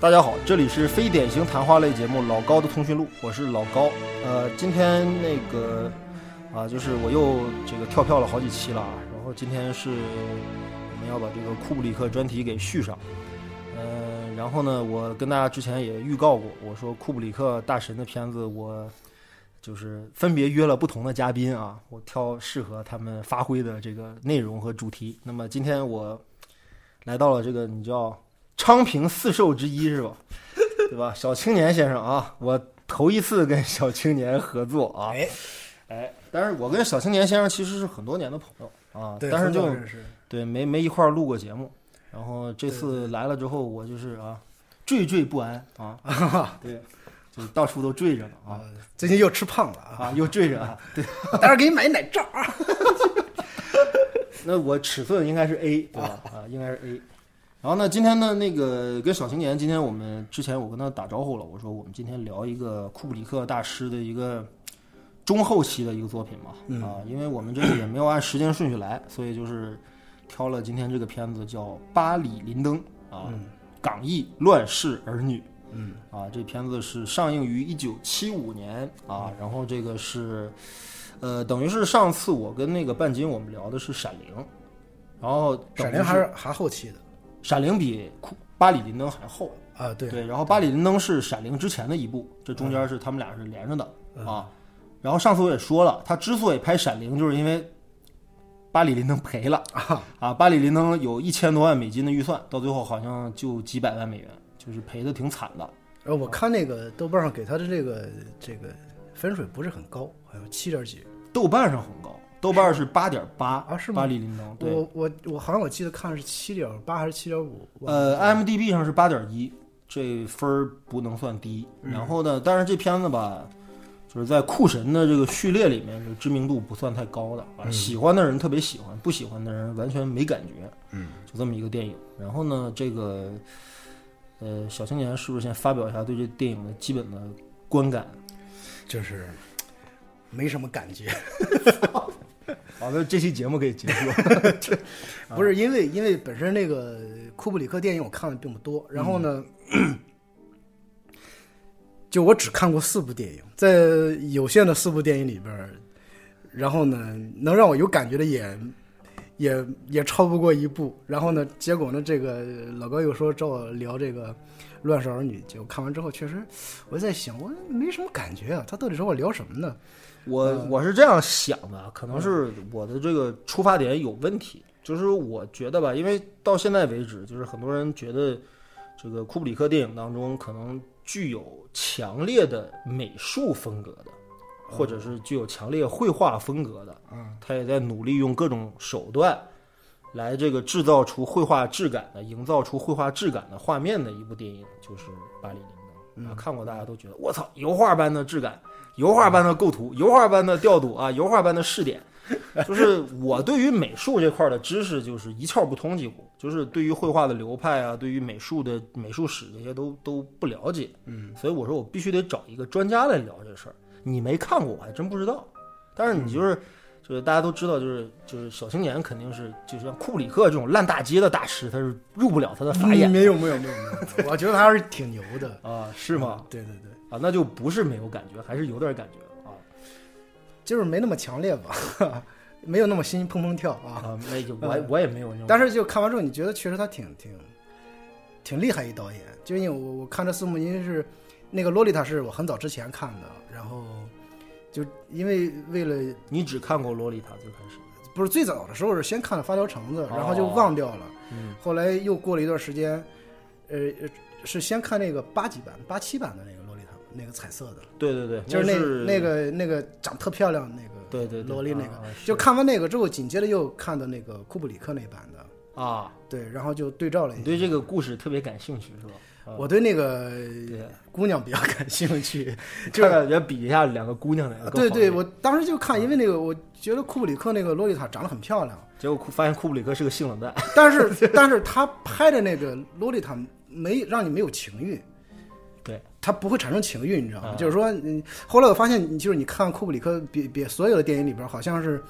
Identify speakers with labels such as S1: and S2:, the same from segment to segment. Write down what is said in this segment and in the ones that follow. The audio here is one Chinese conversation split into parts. S1: 大家好，这里是非典型谈话类节目《老高的通讯录》，我是老高。呃，今天那个啊，就是我又这个跳票了好几期了啊，然后今天是我们要把这个库布里克专题给续上。呃，然后呢，我跟大家之前也预告过，我说库布里克大神的片子，我就是分别约了不同的嘉宾啊，我挑适合他们发挥的这个内容和主题。那么今天我来到了这个你叫昌平四兽之一是吧？ 对吧？小青年先生啊，我头一次跟小青年合作啊，
S2: 哎，
S1: 哎，但是我跟小青年先生其实是很多年的朋友啊，
S2: 对，
S1: 但是
S2: 很
S1: 就
S2: 早认识
S1: 对，没没一块儿录过节目。然后这次来了之后，我就是啊，惴惴不安啊，对，就是到处都惴着呢啊
S2: 啊，最近又吃胖了啊，
S1: 啊，又惴着啊。
S2: 待会儿给你买一奶罩啊。
S1: 那我尺寸应该是 A 对吧？啊，应该是 A。然后呢，今天呢，那个跟小青年，今天我们之前我跟他打招呼了，我说我们今天聊一个库布里克大师的一个中后期的一个作品嘛，
S2: 嗯
S1: 啊，因为我们这个也没有按时间顺序来，所以就是挑了今天这个片子叫《巴里林登》啊，港译《乱世儿女》。
S2: 嗯，
S1: 啊，这片子是上映于一九七五年
S2: 嗯
S1: 啊，然后这个是，呃，等于是上次我跟那个半斤我们聊的是《闪灵》，然后等
S2: 闪
S1: 于
S2: 灵还
S1: 是《
S2: 是还后期的
S1: 闪灵》比库《巴里林登》还厚，
S2: 啊，对，
S1: 对，然后《巴里林登》是《闪灵》之前的一部，这中间是他们俩是连着的、
S2: 嗯
S1: 啊。然后上次我也说了，他之所以拍《闪灵》，就是因为《巴里林登》赔了
S2: 啊
S1: 啊，《巴里林登》有一千多万美金的预算，到最后好像就几百万美元，就是赔的挺惨的。
S2: 然后我看那个豆瓣上给他的这个这个分水不是很高，好像七点几。
S1: 豆瓣上很高，豆瓣是八点八
S2: 啊是吗哦
S1: 巴里林登对，
S2: 我我我好像我记得看是七点八还是七点五，忘了
S1: 呃，IMDB 上是八点一，这分儿不能算低。然后呢，但是这片子吧，就是在酷神的这个序列里面，这知名度不算太高的啊。喜欢的人特别喜欢，不喜欢的人完全没感觉。嗯，就这么一个电影。然后呢，这个呃，小青年是不是先发表一下对这电影的基本的观感？
S2: 就是没什么感觉。
S1: 好的，这期节目可以结束了。
S2: 不是因为因为本身那个库布里克电影我看的并不多，然后呢， 就我只看过四部电影，在有限的四部电影里边儿，然后呢，能让我有感觉的也也也超不过一部，然后呢，结果呢，这个老高又说找我聊这个《乱世儿女》，就看完之后确实我在想，我没什么感觉啊，他到底找我聊什么呢？
S1: 我我是这样想的，可能是我的这个出发点有问题，就是我觉得吧，因为到现在为止，就是很多人觉得这个库布里克电影当中可能具有强烈的美术风格的，或者是具有强烈绘画风格的，
S2: 嗯，
S1: 他也在努力用各种手段来这个制造出绘画质感的，营造出绘画质感的画面的一部电影，就是《巴黎铃铛》啊，看过大家都觉得我操，油画般的质感。油画般的构图，油画般的调度啊，油画般的试点， 就是我对于美术这块儿的知识就是一窍不通，几乎就是对于绘画的流派啊，对于美术的美术史这些都都不了解，嗯，所以我说我必须得找一个专家来聊这事儿。你没看过，我还真不知道。但是你就是，就是大家都知道，就是就是小青年肯定是，就像库布里克这种烂大街的大师，他是入不了他的法眼、
S2: 没有没有没有没嗯 有，我觉得他还是挺牛的，
S1: 啊，是吗？？
S2: 对对对。
S1: 啊，那就不是没有感觉，还是有点感觉啊。
S2: 就是没那么强烈吧， 没有那么心砰砰跳啊。
S1: 啊，没有， 我我也没有那种。
S2: 但是就看完之后，你觉得确实他挺挺挺厉害一导演。就因为我我看这四幕，因为是那个《洛丽塔》是我很早之前看的，然后就因为为了
S1: 你只看过《洛丽塔》最开始，
S2: 不是最早的时候是先看了《发条橙子》，
S1: 哦
S2: 然后就忘掉了，
S1: 嗯，
S2: 后来又过了一段时间，呃，是先看那个八几版、八七版的那个《洛丽塔》，那个彩色的，
S1: 对对对，
S2: 就是
S1: 那
S2: 那
S1: 是
S2: 那个那个长特漂亮那个
S1: 对对对
S2: 萝莉那个
S1: 啊啊，是
S2: 就看完那个之后，紧接着又看的那个库布里克那版的，
S1: 啊，
S2: 对，然后就对照了一
S1: 你
S2: 下。
S1: 对这个故事特别感兴趣是吧？啊
S2: 我对那个
S1: 对，
S2: 姑娘比较感兴趣， 就
S1: 看
S2: 是
S1: 看人比一下两个姑娘哪个更
S2: 对
S1: 好
S2: 对，
S1: 一点
S2: 我当时就看，因为那个我觉得库布里克那个洛丽塔长得很漂亮，
S1: 结果库发现库布里克是个性 冷淡，
S2: 但是但是他拍的那个洛丽塔没让你没有情欲，
S1: 对，
S2: 它不会产生情欲，你知道吗？
S1: 啊
S2: 就是说，嗯，后来我发现，就是你看库布里克别别所有的电影里边，好像是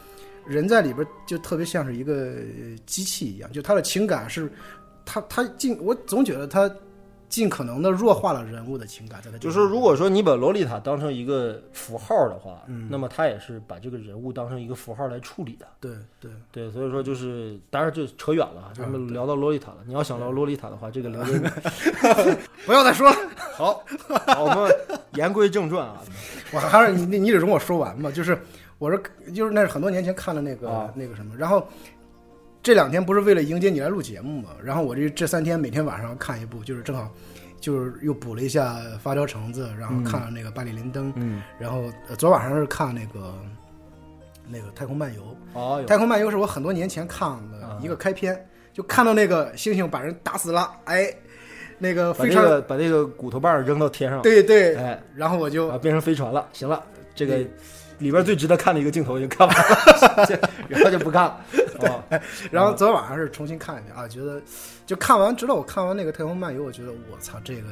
S2: 人在里边就特别像是一个呃机器一样，就他的情感是，他他进，我总觉得他尽可能的弱化了人物的情感，在他
S1: 就是是如果说你把洛丽塔当成一个符号的话，
S2: 嗯
S1: 那么他也是把这个人物当成一个符号来处理的。
S2: 对对，
S1: 对，所以说就是，当然就扯远了啊，咱们聊到洛丽塔了。你要想聊洛丽塔的话， 这个聊得
S2: 不要再说了，
S1: 好。好，我们言归正传啊。
S2: 我还是你你你得容我说完嘛，就是我是就是那是很多年前看的那个、
S1: 啊
S2: 那个什么，然后这两天不是为了迎接你来录节目嘛，然后我这这三天每天晚上看一部，就是正好就是又补了一下《发条橙子》，然后看了那个《巴里林登》
S1: 嗯，
S2: 然后、呃昨晚上是看那个那个《太空漫游》，
S1: 好，
S2: 《
S1: 有
S2: 太空漫游》是我很多年前看
S1: 啊
S2: 的一个开篇，就看到那个猩猩把人打死了，哎，那个
S1: 把
S2: 非
S1: 这
S2: 常、
S1: 个把这个骨头棒儿扔到天上，
S2: 对对，
S1: 哎，
S2: 然后我就
S1: 啊，变成飞船了。行了，这个里边最值得看的一个镜头已经看完了， 然后就不看了。啊，
S2: 然后昨天晚上是重新看一遍啊，觉得就看完，直到我看完那个《太空漫游》，我觉得我操，这个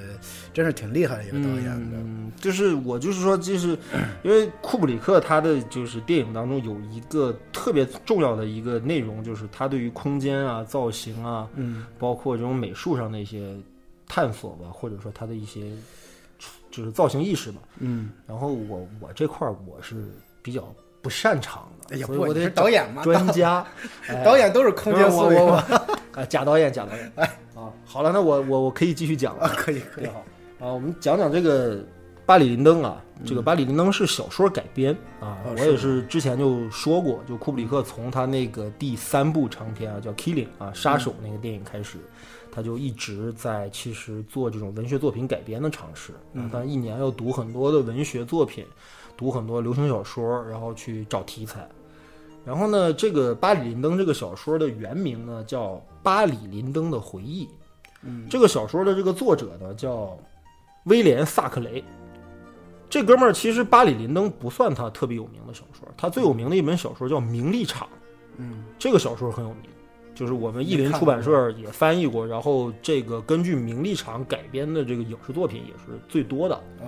S2: 真是挺厉害的一个导演的。
S1: 嗯，就是我就是说，就是因为库布里克他的就是电影当中有一个特别重要的一个内容，就是他对于空间啊、造型啊，
S2: 嗯，
S1: 包括这种美术上的一些探索吧，或者说他的一些就是造型意识吧。
S2: 嗯，
S1: 然后我我这块儿我是比较不擅长的，
S2: 哎呀，
S1: 所
S2: 不
S1: 以，我
S2: 你
S1: 得
S2: 是导演嘛，
S1: 专家，哎
S2: 导演都是空间思维
S1: 我我
S2: 嘛。
S1: 我，啊，假导演，假导演，哎，啊，好了，那我我我可以继续讲
S2: 啊
S1: 了，，
S2: 可以可以
S1: 对，好，啊，我们讲讲这个巴里林登啊，这个巴里林登是小说改编啊，
S2: 嗯哦
S1: 我
S2: 是
S1: 也是之前就说过，就库布里克从他那个第三部长篇啊叫《Killing》啊
S2: 嗯
S1: 杀手那个电影开始。他就一直在其实做这种文学作品改编的尝试，
S2: 嗯
S1: 啊，但一年要读很多的文学作品，读很多流行小说，然后去找题材。然后呢，这个《巴里林登》这个小说的原名呢叫《巴里林登的回忆》，
S2: 嗯，
S1: 这个小说的这个作者呢叫威廉·萨克雷。这哥们儿其实《巴里林登》不算他特别有名的小说，他最有名的一本小说叫《名利场》，
S2: 嗯，
S1: 这个小说很有名，就是我们译林出版社也翻译过，然后这个根据《名利场》改编的这个影视作品也是最多的。
S2: 嗯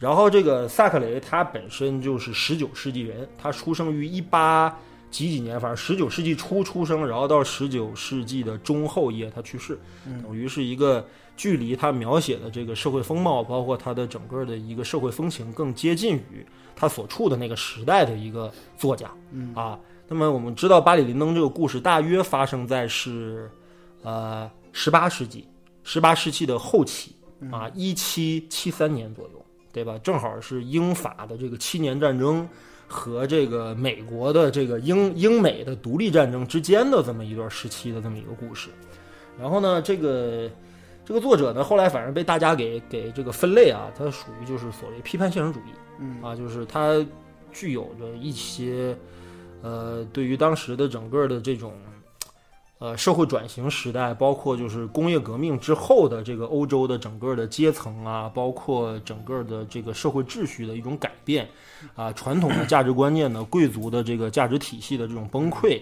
S1: 然后这个萨克雷他本身就是十九世纪人，他出生于一八几几年，反正十九世纪初出生，然后到十九世纪的中后叶他去世，等于是一个距离他描写的这个社会风貌，包括他的整个的一个社会风情更接近于他所处的那个时代的一个作家、啊。那么我们知道巴里林登这个故事大约发生在是，呃，十八世纪，十八世纪的后期啊，一七七三年左右。对吧？正好是英法的这个七年战争和这个美国的这个英英美的独立战争之间的这么一段时期的这么一个故事。然后呢，这个这个作者呢，后来反正被大家给给这个分类啊，他属于就是所谓批判现实主义，
S2: 嗯
S1: 啊，就是他具有着一些呃，对于当时的整个的这种呃社会转型时代，包括就是工业革命之后的这个欧洲的整个的阶层啊，包括整个的这个社会秩序的一种改变啊，传统的价值观念呢，贵族的这个价值体系的这种崩溃。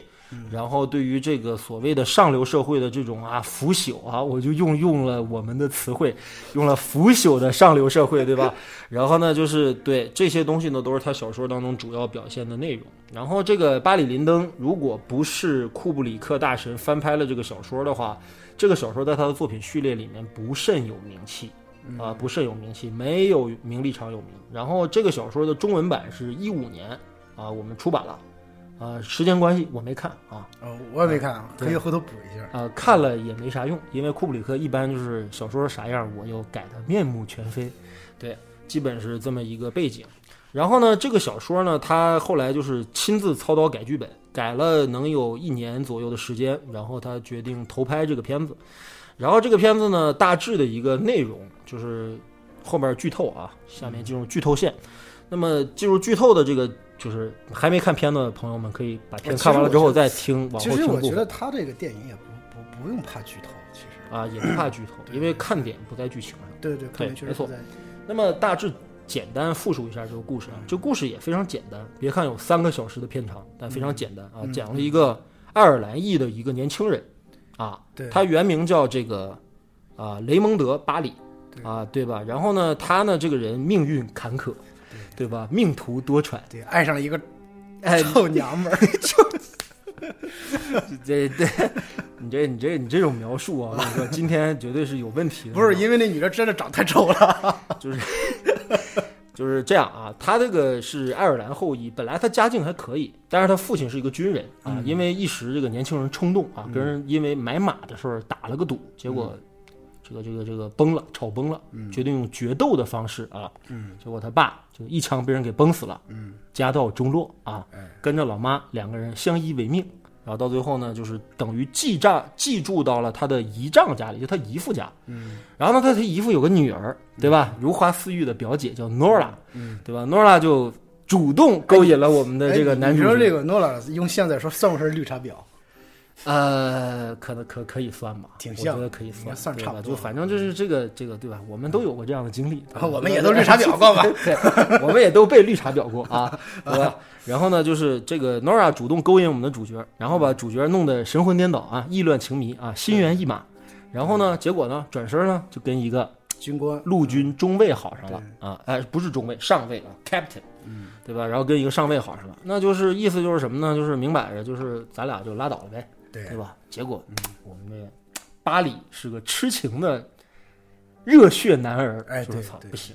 S1: 然后对于这个所谓的上流社会的这种啊腐朽啊，我就用用了我们的词汇，用了腐朽的上流社会，对吧？ 然后呢，就是对这些东西呢，都是他小说当中主要表现的内容。然后这个巴里林登，如果不是库布里克大神翻拍了这个小说的话，这个小说在他的作品序列里面不甚有名气。啊，不甚有名气，没有名利场有名。然后这个小说的中文版是一五年啊，我们出版了，啊，时间关系我没看啊，
S2: 哦，我也没看啊，
S1: 哎对
S2: 可以回头补一下。
S1: 呃，看了也没啥用，因为库布里克一般就是小说啥样，我又改的面目全非。对，基本是这么一个背景。然后呢，这个小说呢，他后来就是亲自操刀改剧本，改了能有一年左右的时间，然后他决定投拍这个片子。然后这个片子呢，大致的一个内容就是后边剧透啊，下面进入剧透线。那么进入剧透的这个，就是还没看片子的朋友们，可以把片
S2: 呃其实
S1: 看完了之
S2: 我
S1: 后
S2: 觉得
S1: 再听往
S2: 其
S1: 后
S2: 实
S1: 听
S2: 我
S1: 部
S2: 觉
S1: 分。
S2: 得他这个电影也不不不用怕剧透，其实
S1: 啊，也不 怕剧透，
S2: 对
S1: 因为看点不在剧情上。
S2: 对对，可能确实
S1: 没错
S2: 不在
S1: 那么大致简单复述一下这个故事
S2: 嗯
S1: 啊，这故事也非常简单，别看有三个小时的片长，但非常简单啊，
S2: 嗯
S1: 讲了一个爱尔兰裔的一个年轻人，啊，
S2: 对
S1: 他原名叫这个啊雷蒙德·巴里
S2: 对，
S1: 啊，对吧？然后呢，他呢这个人命运坎坷，对吧？命途多舛，
S2: 对爱上了一个
S1: 哎，
S2: 臭娘们儿，
S1: 这 这，你这你这你这种描述啊，我跟你说，今天绝对是有问题的。
S2: 不是因为那女的真的长太丑了，
S1: 就是这样啊，他这个是爱尔兰后裔，本来他家境还可以，但是他父亲是一个军人啊，因为一时这个年轻人冲动啊，跟人因为买马的事儿打了个赌，结果这个这个这个崩了，吵崩了，决定用决斗的方式啊，
S2: 嗯，
S1: 结果他爸就一枪被人给崩死了，
S2: 嗯，
S1: 家道中落啊
S2: 哎，
S1: 跟着老妈两个人相依为命。然后到最后呢，就是等于记账记住到了他的姨丈家里，就他姨父家。
S2: 嗯
S1: 然后呢，他他姨父有个女儿，对吧？如花似玉的表姐叫 Nora，、
S2: 嗯哎
S1: 对吧？Nora 就主动勾引了我们的这个男主
S2: 你
S1: 角。
S2: 说这个诺兰用现在说算不算绿茶婊？
S1: 呃，可能可可以算吧，
S2: 挺
S1: 我
S2: 像
S1: 觉得可以
S2: 应该
S1: 算，
S2: 算
S1: 对
S2: 差
S1: 吧
S2: 不
S1: 就
S2: 多嗯
S1: 反正就是这个这个对吧？我们都有过这样的 经历，对吧
S2: 我们也都绿茶 婊过吧？
S1: 对，我们也都被绿茶婊过 啊，对吧？然后呢，就是这个 Nora 主动勾引我们的主角，然
S2: 嗯
S1: 后把主角弄得神魂颠倒啊，意乱情迷啊，心猿意马。然后呢，结果呢，转身呢就跟一个
S2: 军官，
S1: 陆军中尉好上了啊，哎，不是中尉，上尉啊，captain，
S2: 嗯，
S1: 对吧？然后跟一个上尉好上了，那就是意思就是什么呢？就是明摆着就是咱俩就拉倒了呗，
S2: 对
S1: 对，吧？结果我们这个巴里是个痴情的热血男儿，
S2: 哎
S1: 就是
S2: 对
S1: 操，
S2: 对
S1: 不行，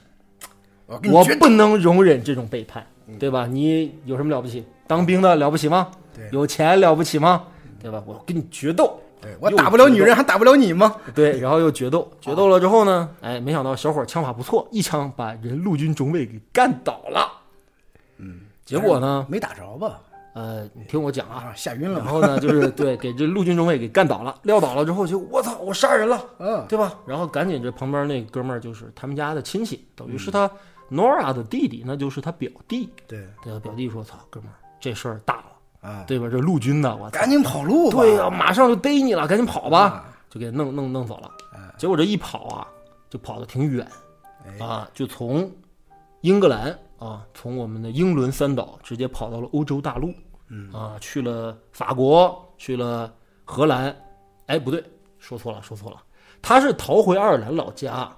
S2: 我哦跟你
S1: 我
S2: 决
S1: 不能容忍这种背叛，对吧？你有什么了不起？当兵的了不起吗？
S2: 对
S1: 有钱了不起吗？对吧？我跟你决斗，
S2: 对哎我
S1: 又
S2: 打不了
S1: 决
S2: 女人，还打不了你吗？
S1: 对，然后又决斗，决斗了之后呢，哎，没想到小伙儿枪法不错，一枪把人陆军中尉给干倒了。嗯，结果呢，
S2: 没打着吧？
S1: 呃，你听我讲啊，
S2: 啊，吓晕了
S1: 然
S2: 吧？
S1: 后呢，就是对，给这陆军中尉给干倒了，撂倒了之后就我操，我杀人了，
S2: 嗯，
S1: 对吧？然后赶紧这旁边那哥们儿就是他们家的亲戚，等于是他 Nora 的弟弟，那就是他表弟。
S2: 对
S1: 对，表弟说：“操，哥们儿，这事儿大了，
S2: 啊，
S1: 对吧？这陆军的，我操，
S2: 赶紧跑路吧！
S1: 对呀、马上就逮你了，赶紧跑吧，
S2: 嗯
S1: 就给弄弄弄走了。结果这一跑啊，就跑得挺远
S2: 哎
S1: 啊，就从英格兰啊，从我们的英伦三岛直接跑到了欧洲大陆，
S2: 嗯
S1: 啊，去了法国，去了荷兰，哎，不对，说错了，说错了，他是逃回爱尔兰老家，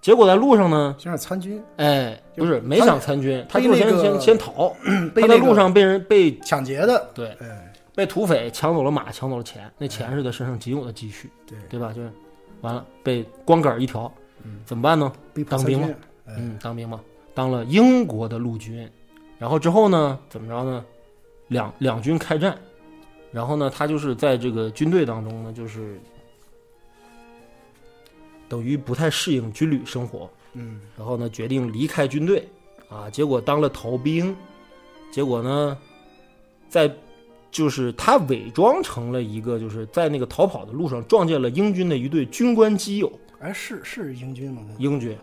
S1: 结果在路上呢，
S2: 先是参军，
S1: 哎，不是没
S2: 他
S1: 想参军，他
S2: 被
S1: 就是先
S2: 那个
S1: 先先逃，
S2: 被
S1: 他在
S2: 那个
S1: 路上被人被
S2: 抢劫的，
S1: 对
S2: 哎，
S1: 被土匪抢走了马，抢走了钱，那钱是他身上仅有的积蓄，
S2: 对，
S1: 对吧？就是完了，被光杆儿一条，怎么办呢？
S2: 被迫
S1: 当
S2: 参
S1: 兵
S2: 军哎
S1: 嘛，嗯，当兵嘛，当了英国的陆军，然后之后呢，怎么着呢？两两军开战，然后呢，他就是在这个军队当中呢，就是等于不太适应军旅生活，
S2: 嗯，
S1: 然后呢，决定离开军队，啊，结果当了逃兵，结果呢，在就是他伪装成了一个，就是在那个逃跑的路上撞见了英军的一对军官基友，
S2: 哎，是是英军吗？
S1: 英军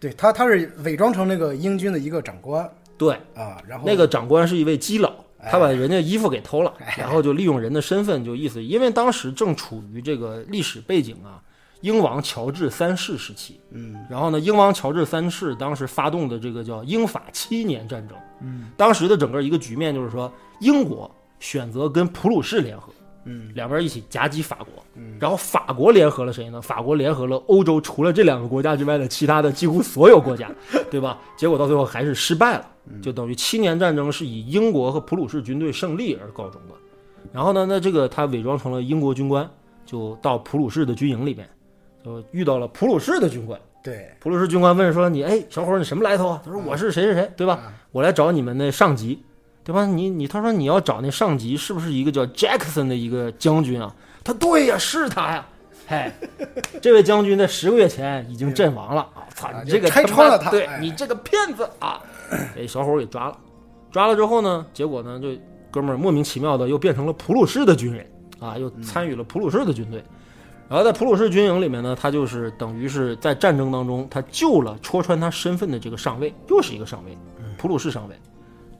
S2: 对他，他是伪装成那个英军的一个长官
S1: 对，
S2: 啊，然后
S1: 那个长官是一位基佬，
S2: 哎
S1: 他把人家衣服给偷了，然后就利用人的身份，就意思，因为当时正处于这个历史背景啊，英王乔治三世时期。
S2: 嗯
S1: 然后呢，英王乔治三世当时发动的这个叫英法七年战争，嗯，当时的整个一个局面就是说，英国选择跟普鲁士联合，
S2: 嗯，
S1: 两边一起夹击法国，嗯，然后法国联合了谁呢？法国联合了欧洲除了这两个国家之外的其他的几乎所有国家，对吧？结果到最后还是失败了，就等于七年战争是以英国和普鲁士军队胜利而告终的。然后呢，那这个他伪装成了英国军官，就到普鲁士的军营里面，就遇到了普鲁士的军官。
S2: 对
S1: 普鲁士军官问说：“你哎，小伙儿，你什么来头啊？”他
S2: 嗯
S1: 说：“我是谁谁谁，对吧？我来找你们的上级，对吧？你你，他说你要找那上级，是不是一个叫 Jackson 的一个将军啊？”他对呀，是他呀。 嘿，这位将军在十个月前已经阵亡了啊！操，
S2: 啊
S1: 你
S2: 就
S1: 这个
S2: 拆
S1: 他妈
S2: 穿了他
S1: 对
S2: 哎
S1: 你这个骗子啊！被小伙儿给抓了，抓了之后呢，结果呢，就哥们儿莫名其妙的又变成了普鲁士的军人啊，又参与了普鲁士的军队。然后在普鲁士军营里面呢，他就是等于是在战争当中，他救了戳穿他身份的这个上尉，又是一个上尉，普鲁士上尉。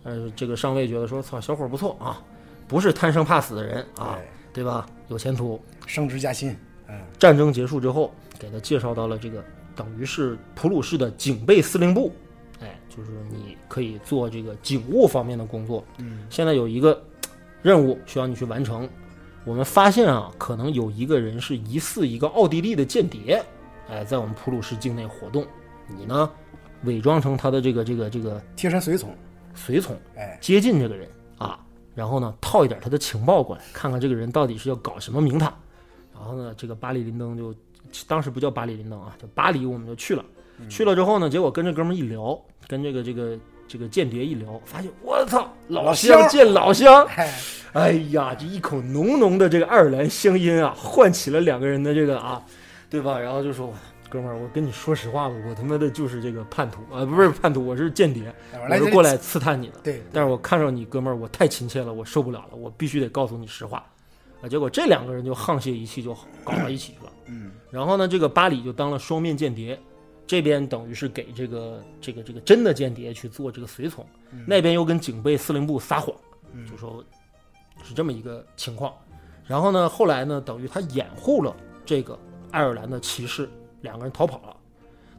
S1: 呃，这个上尉觉得说，操，小伙儿不错啊，不是贪生怕死的人啊，对吧？有前途。
S2: 升职加薪，嗯
S1: 战争结束之后，给他介绍到了这个等于是普鲁士的警备司令部，哎，就是你可以做这个警务方面的工作。
S2: 嗯，
S1: 现在有一个嘖任务需要你去完成，我们发现啊，可能有一个人是疑似一个奥地利的间谍，哎，在我们普鲁士境内活动，你呢伪装成他的这个这个这个
S2: 贴身随从，
S1: 随从
S2: 哎，
S1: 接近这个人啊，然后呢套一点他的情报过来，看看这个人到底是要搞什么名堂。然后呢，这个巴里林登就当时不叫巴里林登啊，叫巴黎，我们就去了。
S2: 嗯
S1: 去了之后呢，结果跟这哥们一聊，跟这个这个这个间谍一聊，发现我操，老乡见老 乡，
S2: 嗨，
S1: 哎呀，这一口浓浓的这个爱尔兰乡音啊，唤起了两个人的这个啊，对吧？然后就说，哥们儿，我跟你说实话吧，我他妈的就是这个叛徒啊、呃不是叛徒，我是间谍，
S2: 哎我
S1: 我
S2: 来
S1: 是
S2: 这里
S1: 过来刺探你的。
S2: 对，
S1: 但是我看上你哥们儿，我太亲切了，我受不了了，我必须得告诉你实话。啊，结果这两个人就沆瀣一气，就搞到一起去了。
S2: 嗯，
S1: 然后呢，这个巴里就当了双面间谍，这边等于是给这个这个这个真的间谍去做这个随从，
S2: 嗯
S1: 那边又跟警备司令部撒谎，就说是这么一个情况。然后呢，后来呢，等于他掩护了这个爱尔兰的骑士，两个人逃跑了。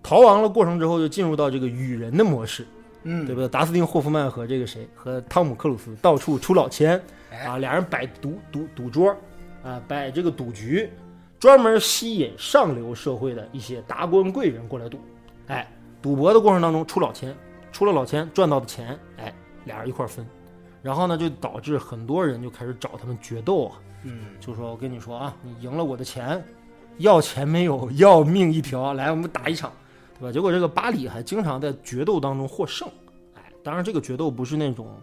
S1: 逃亡了过程之后，就进入到这个与人的模式，
S2: 嗯，
S1: 对不对？达斯汀·霍夫曼和这个谁和汤姆·克鲁斯到处出老千
S2: 哎
S1: 啊，俩人摆赌赌赌桌啊，摆这个赌局，专门吸引上流社会的一些达官贵人过来赌。哎，赌博的过程当中出老千，出了老千赚到的钱，哎，俩人一块儿分。然后呢，就导致很多人就开始找他们决斗啊，
S2: 嗯，
S1: 就说我跟你说啊，你赢了我的钱，要钱没有，要命一条，来我们打一场，对吧？结果这个巴里还经常在决斗当中获胜，哎，当然这个决斗不是那种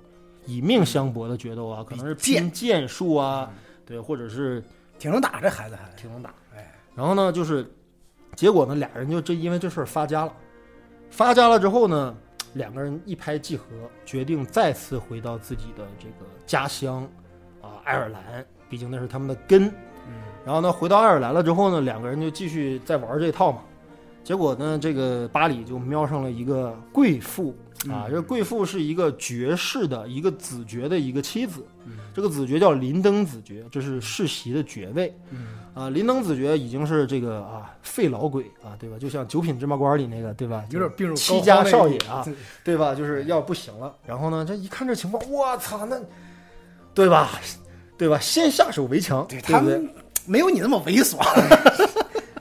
S1: 以命相搏的决斗啊，可能是拼剑术啊，对，或者是
S2: 挺能打这孩子还，
S1: 挺能打，
S2: 哎，
S1: 然后呢，就是结果呢，俩人就这因为这事儿发家了，发家了之后呢，两个人一拍即合，决定再次回到自己的这个家乡啊，爱尔兰，毕竟那是他们的根。
S2: 嗯，
S1: 然后呢，回到爱尔兰了之后呢，两个人就继续再玩这套嘛。结果呢，这个巴里就瞄上了一个贵妇啊，这个贵妇是一个爵士的一个子爵的一个妻子，这个子爵叫林登子爵，这是世袭的爵位。
S2: 嗯，
S1: 啊，林登子爵已经是这个啊废老鬼啊，对吧？就像《九品芝麻官》里那个，对吧？
S2: 有点病入
S1: 七家少爷啊，
S2: 对
S1: 对吧？就是要不行了。然后呢，这一看这情况，我操，那对吧？对吧？先下手为强，对
S2: 他
S1: 不对？
S2: 们没有你那么猥琐，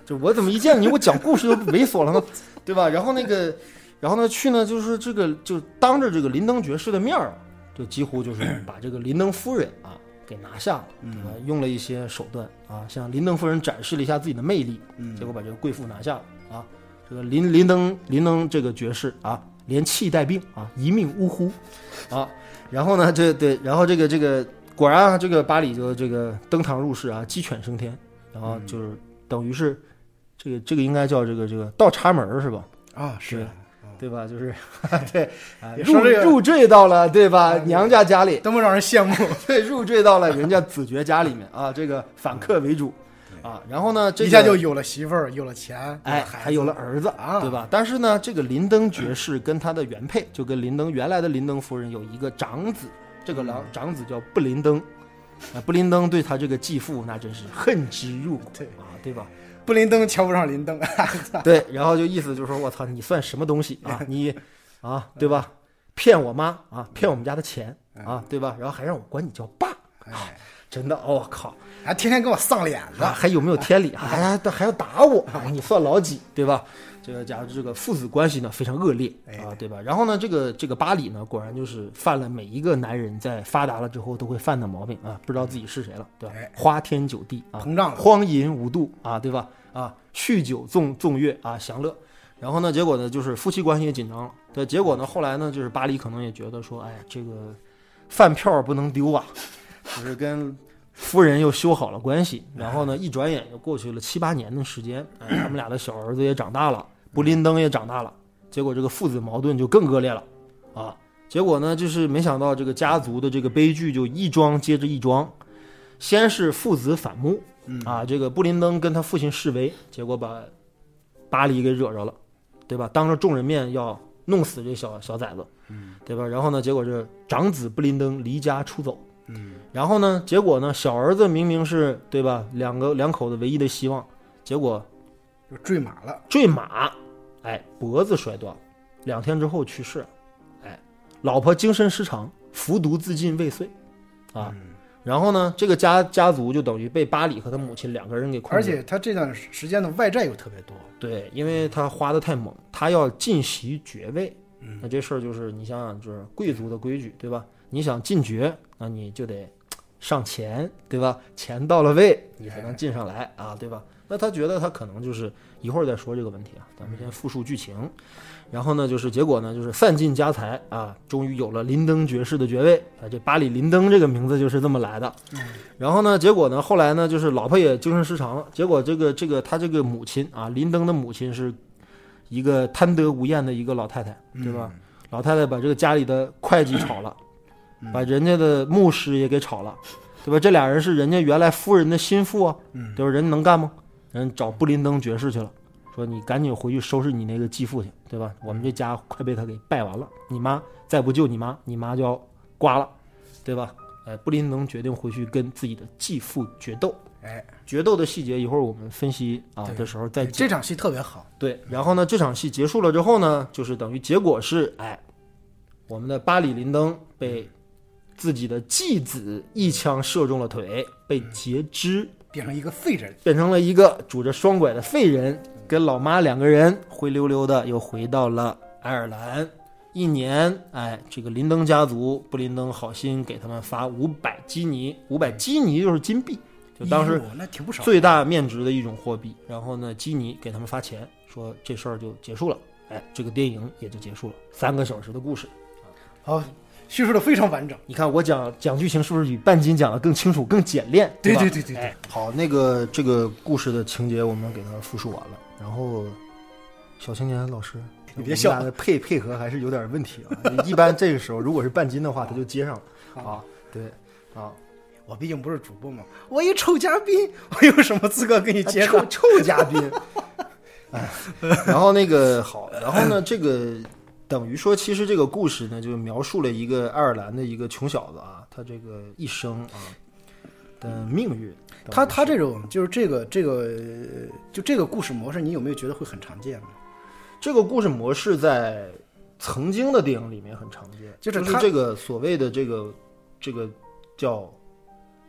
S1: 就我怎么一见你，我讲故事就猥琐了呢？ 对吧？然后那个，然后呢去呢，就是这个就当着这个林登爵士的面儿，就几乎就是把这个林登夫人啊给拿下了，
S2: 嗯
S1: 对吧？用了一些手段啊，向林登夫人展示了一下自己的魅力，
S2: 嗯
S1: 结果把这个贵妇拿下了啊。这个林林登林登这个爵士啊，连气带病啊，一命呜呼啊。然后呢，这对，然后这个这个果然啊，这个巴里就这个登堂入室啊，鸡犬升天，然
S2: 嗯
S1: 后就是等于是这个这个应该叫这个这个倒插门儿是吧？
S2: 啊，是
S1: 对吧？就是 对啊，
S2: 也
S1: 入
S2: 说这个啊
S1: 入赘到了对吧？娘家家 里，
S2: 多么让人羡慕，
S1: 对，入赘到了人家子爵家里面啊，这个反客为主啊。然后呢，这
S2: 嗯一
S1: 个
S2: 下就有了媳妇儿，有了钱，
S1: 哎，
S2: 孩子
S1: 还有了儿子
S2: 啊
S1: 对吧？但是呢，这个林登爵士跟他的原配，就跟林登原来的林登夫人有一个长子，这个郎长子叫布林登，啊，布林登对他这个继父那真是恨之入骨，
S2: 对
S1: 啊，对 吧？
S2: 布林登瞧不上林登，
S1: 对，然后就意思就是说，我操，你算什么东西 啊？你啊，对吧？骗我妈啊，骗我们家的钱啊，对吧？然后还让我管你叫爸，啊
S2: 哎，
S1: 真的，我、靠，
S2: 还天天给我丧脸子
S1: 啊，，还有没有天理？还还还要打我？哎你算老几？对吧？这个假如这个父子关系呢非常恶劣啊，对吧？然后呢，这个这个巴里呢，果然就是犯了每一个男人在发达了之后都会犯的毛病啊，不知道自己是谁了，对吧
S2: 哎？
S1: 花天酒地啊，
S2: 膨胀了
S1: 荒淫无度啊，对吧？啊，酗酒纵纵欲啊，享乐。然后呢，结果呢，就是夫妻关系也紧张了。对，结果呢，后来呢，就是巴里可能也觉得说，哎，这个饭票不能 丢啊，就是跟夫人又修好了关系。然后呢，一转眼就过去了七八年的时间，哎，他们俩的小儿子也长大了，布林登也长大了。结果这个父子矛盾就更恶劣了，啊，结果呢，就是没想到这个家族的这个悲剧就一桩接着一桩，先是父子反目，
S2: 嗯
S1: 啊，这个布林登跟他父亲示威，结果把巴黎给惹着了，对吧？当着众人面要弄死这小小崽子，
S2: 嗯
S1: 对吧？然后呢，结果这长子布林登离家出走，
S2: 嗯，
S1: 然后呢，结果呢，小儿子明明是对吧，两个两口子唯一的希望，结果
S2: 就坠马了，
S1: 坠马，哎，脖子摔断，两天之后去世，哎，老婆精神失常，服毒自尽未遂，
S2: 嗯
S1: 啊，然后呢，这个家家族就等于被巴里和他母亲两个人给控制，
S2: 而且他这段时间的外债又特别多，
S1: 对，因为他花的太猛，他要进袭爵位
S2: 嗯，
S1: 那这事儿就是你想想，就是贵族的规矩，对吧？你想进爵，那你就得上钱，对吧？钱到了位，你才能进上来啊，对吧？那他觉得他可能就是一会儿再说这个问题啊，咱们先复述剧情。然后呢，就是结果呢，就是散尽家财啊，终于有了林登爵士的爵位啊。这巴里林登这个名字就是这么来的。然后呢，结果呢，后来呢，就是老婆也精神失常了。结果这个这个他这个母亲啊，林登的母亲是一个贪得无厌的一个老太太，
S2: 嗯
S1: 对吧？老太太把这个家里的会计炒了，
S2: 嗯
S1: 把人家的牧师也给炒了，对吧？这俩人是人家原来夫人的心腹啊，
S2: 嗯
S1: 对吧？人能干吗？人找布林登爵士去了。说你赶紧回去收拾你那个继父去，对吧？我们这家快被他给败完了，你妈再不救你妈，你妈就要瓜了，对吧？哎，布林登决定回去跟自己的继父决斗。
S2: 哎，
S1: 决斗的细节一会儿我们分析啊
S2: 对
S1: 的时候再讲。
S2: 这场戏特别好，
S1: 对，然后呢，这场戏结束了之后呢，就是等于结果是，哎，我们的巴里林登被自己的继子一枪射中了腿，被截肢，
S2: 变成一个废人。
S1: 变成了一个拄着双拐的废人，跟老妈两个人灰溜溜的又回到了爱尔兰。一年，哎，这个林登家族，布林登好心给他们发五百基尼，五百基尼就是金币，就当时
S2: 哎呦那挺不少，
S1: 最大面值的一种货币。然后呢，基尼给他们发钱，说这事儿就结束了。哎，这个电影也就结束了，三个小时的故事。
S2: 好，叙述的非常完整。
S1: 你看我讲讲剧情是不是比半斤讲的更清楚、更简练？
S2: 对
S1: 吧
S2: 对对对对
S1: 哎，好，那个这个故事的情节我们给它复述完了，然后小青年老师，
S2: 你别笑
S1: 我们俩的配配合还是有点问题啊。一般这个时候如果是半斤的话，他就接上了啊，对啊，
S2: 我毕竟不是主播嘛，我一臭嘉宾， 我有什么资格跟你接
S1: 臭
S2: 触？
S1: 臭嘉宾。哎， 然后那个好，然后呢，这个等于说，其实这个故事呢，就描述了一个爱尔兰的一个穷小子啊，他这个一生啊的命运。
S2: 他他这种就是这个这个呃就这个故事模式，你有没有觉得会很常见呢？
S1: 这个故事模式在曾经的电影里面很常见，
S2: 就是
S1: 就是
S2: 他
S1: 这个所谓的这个这个叫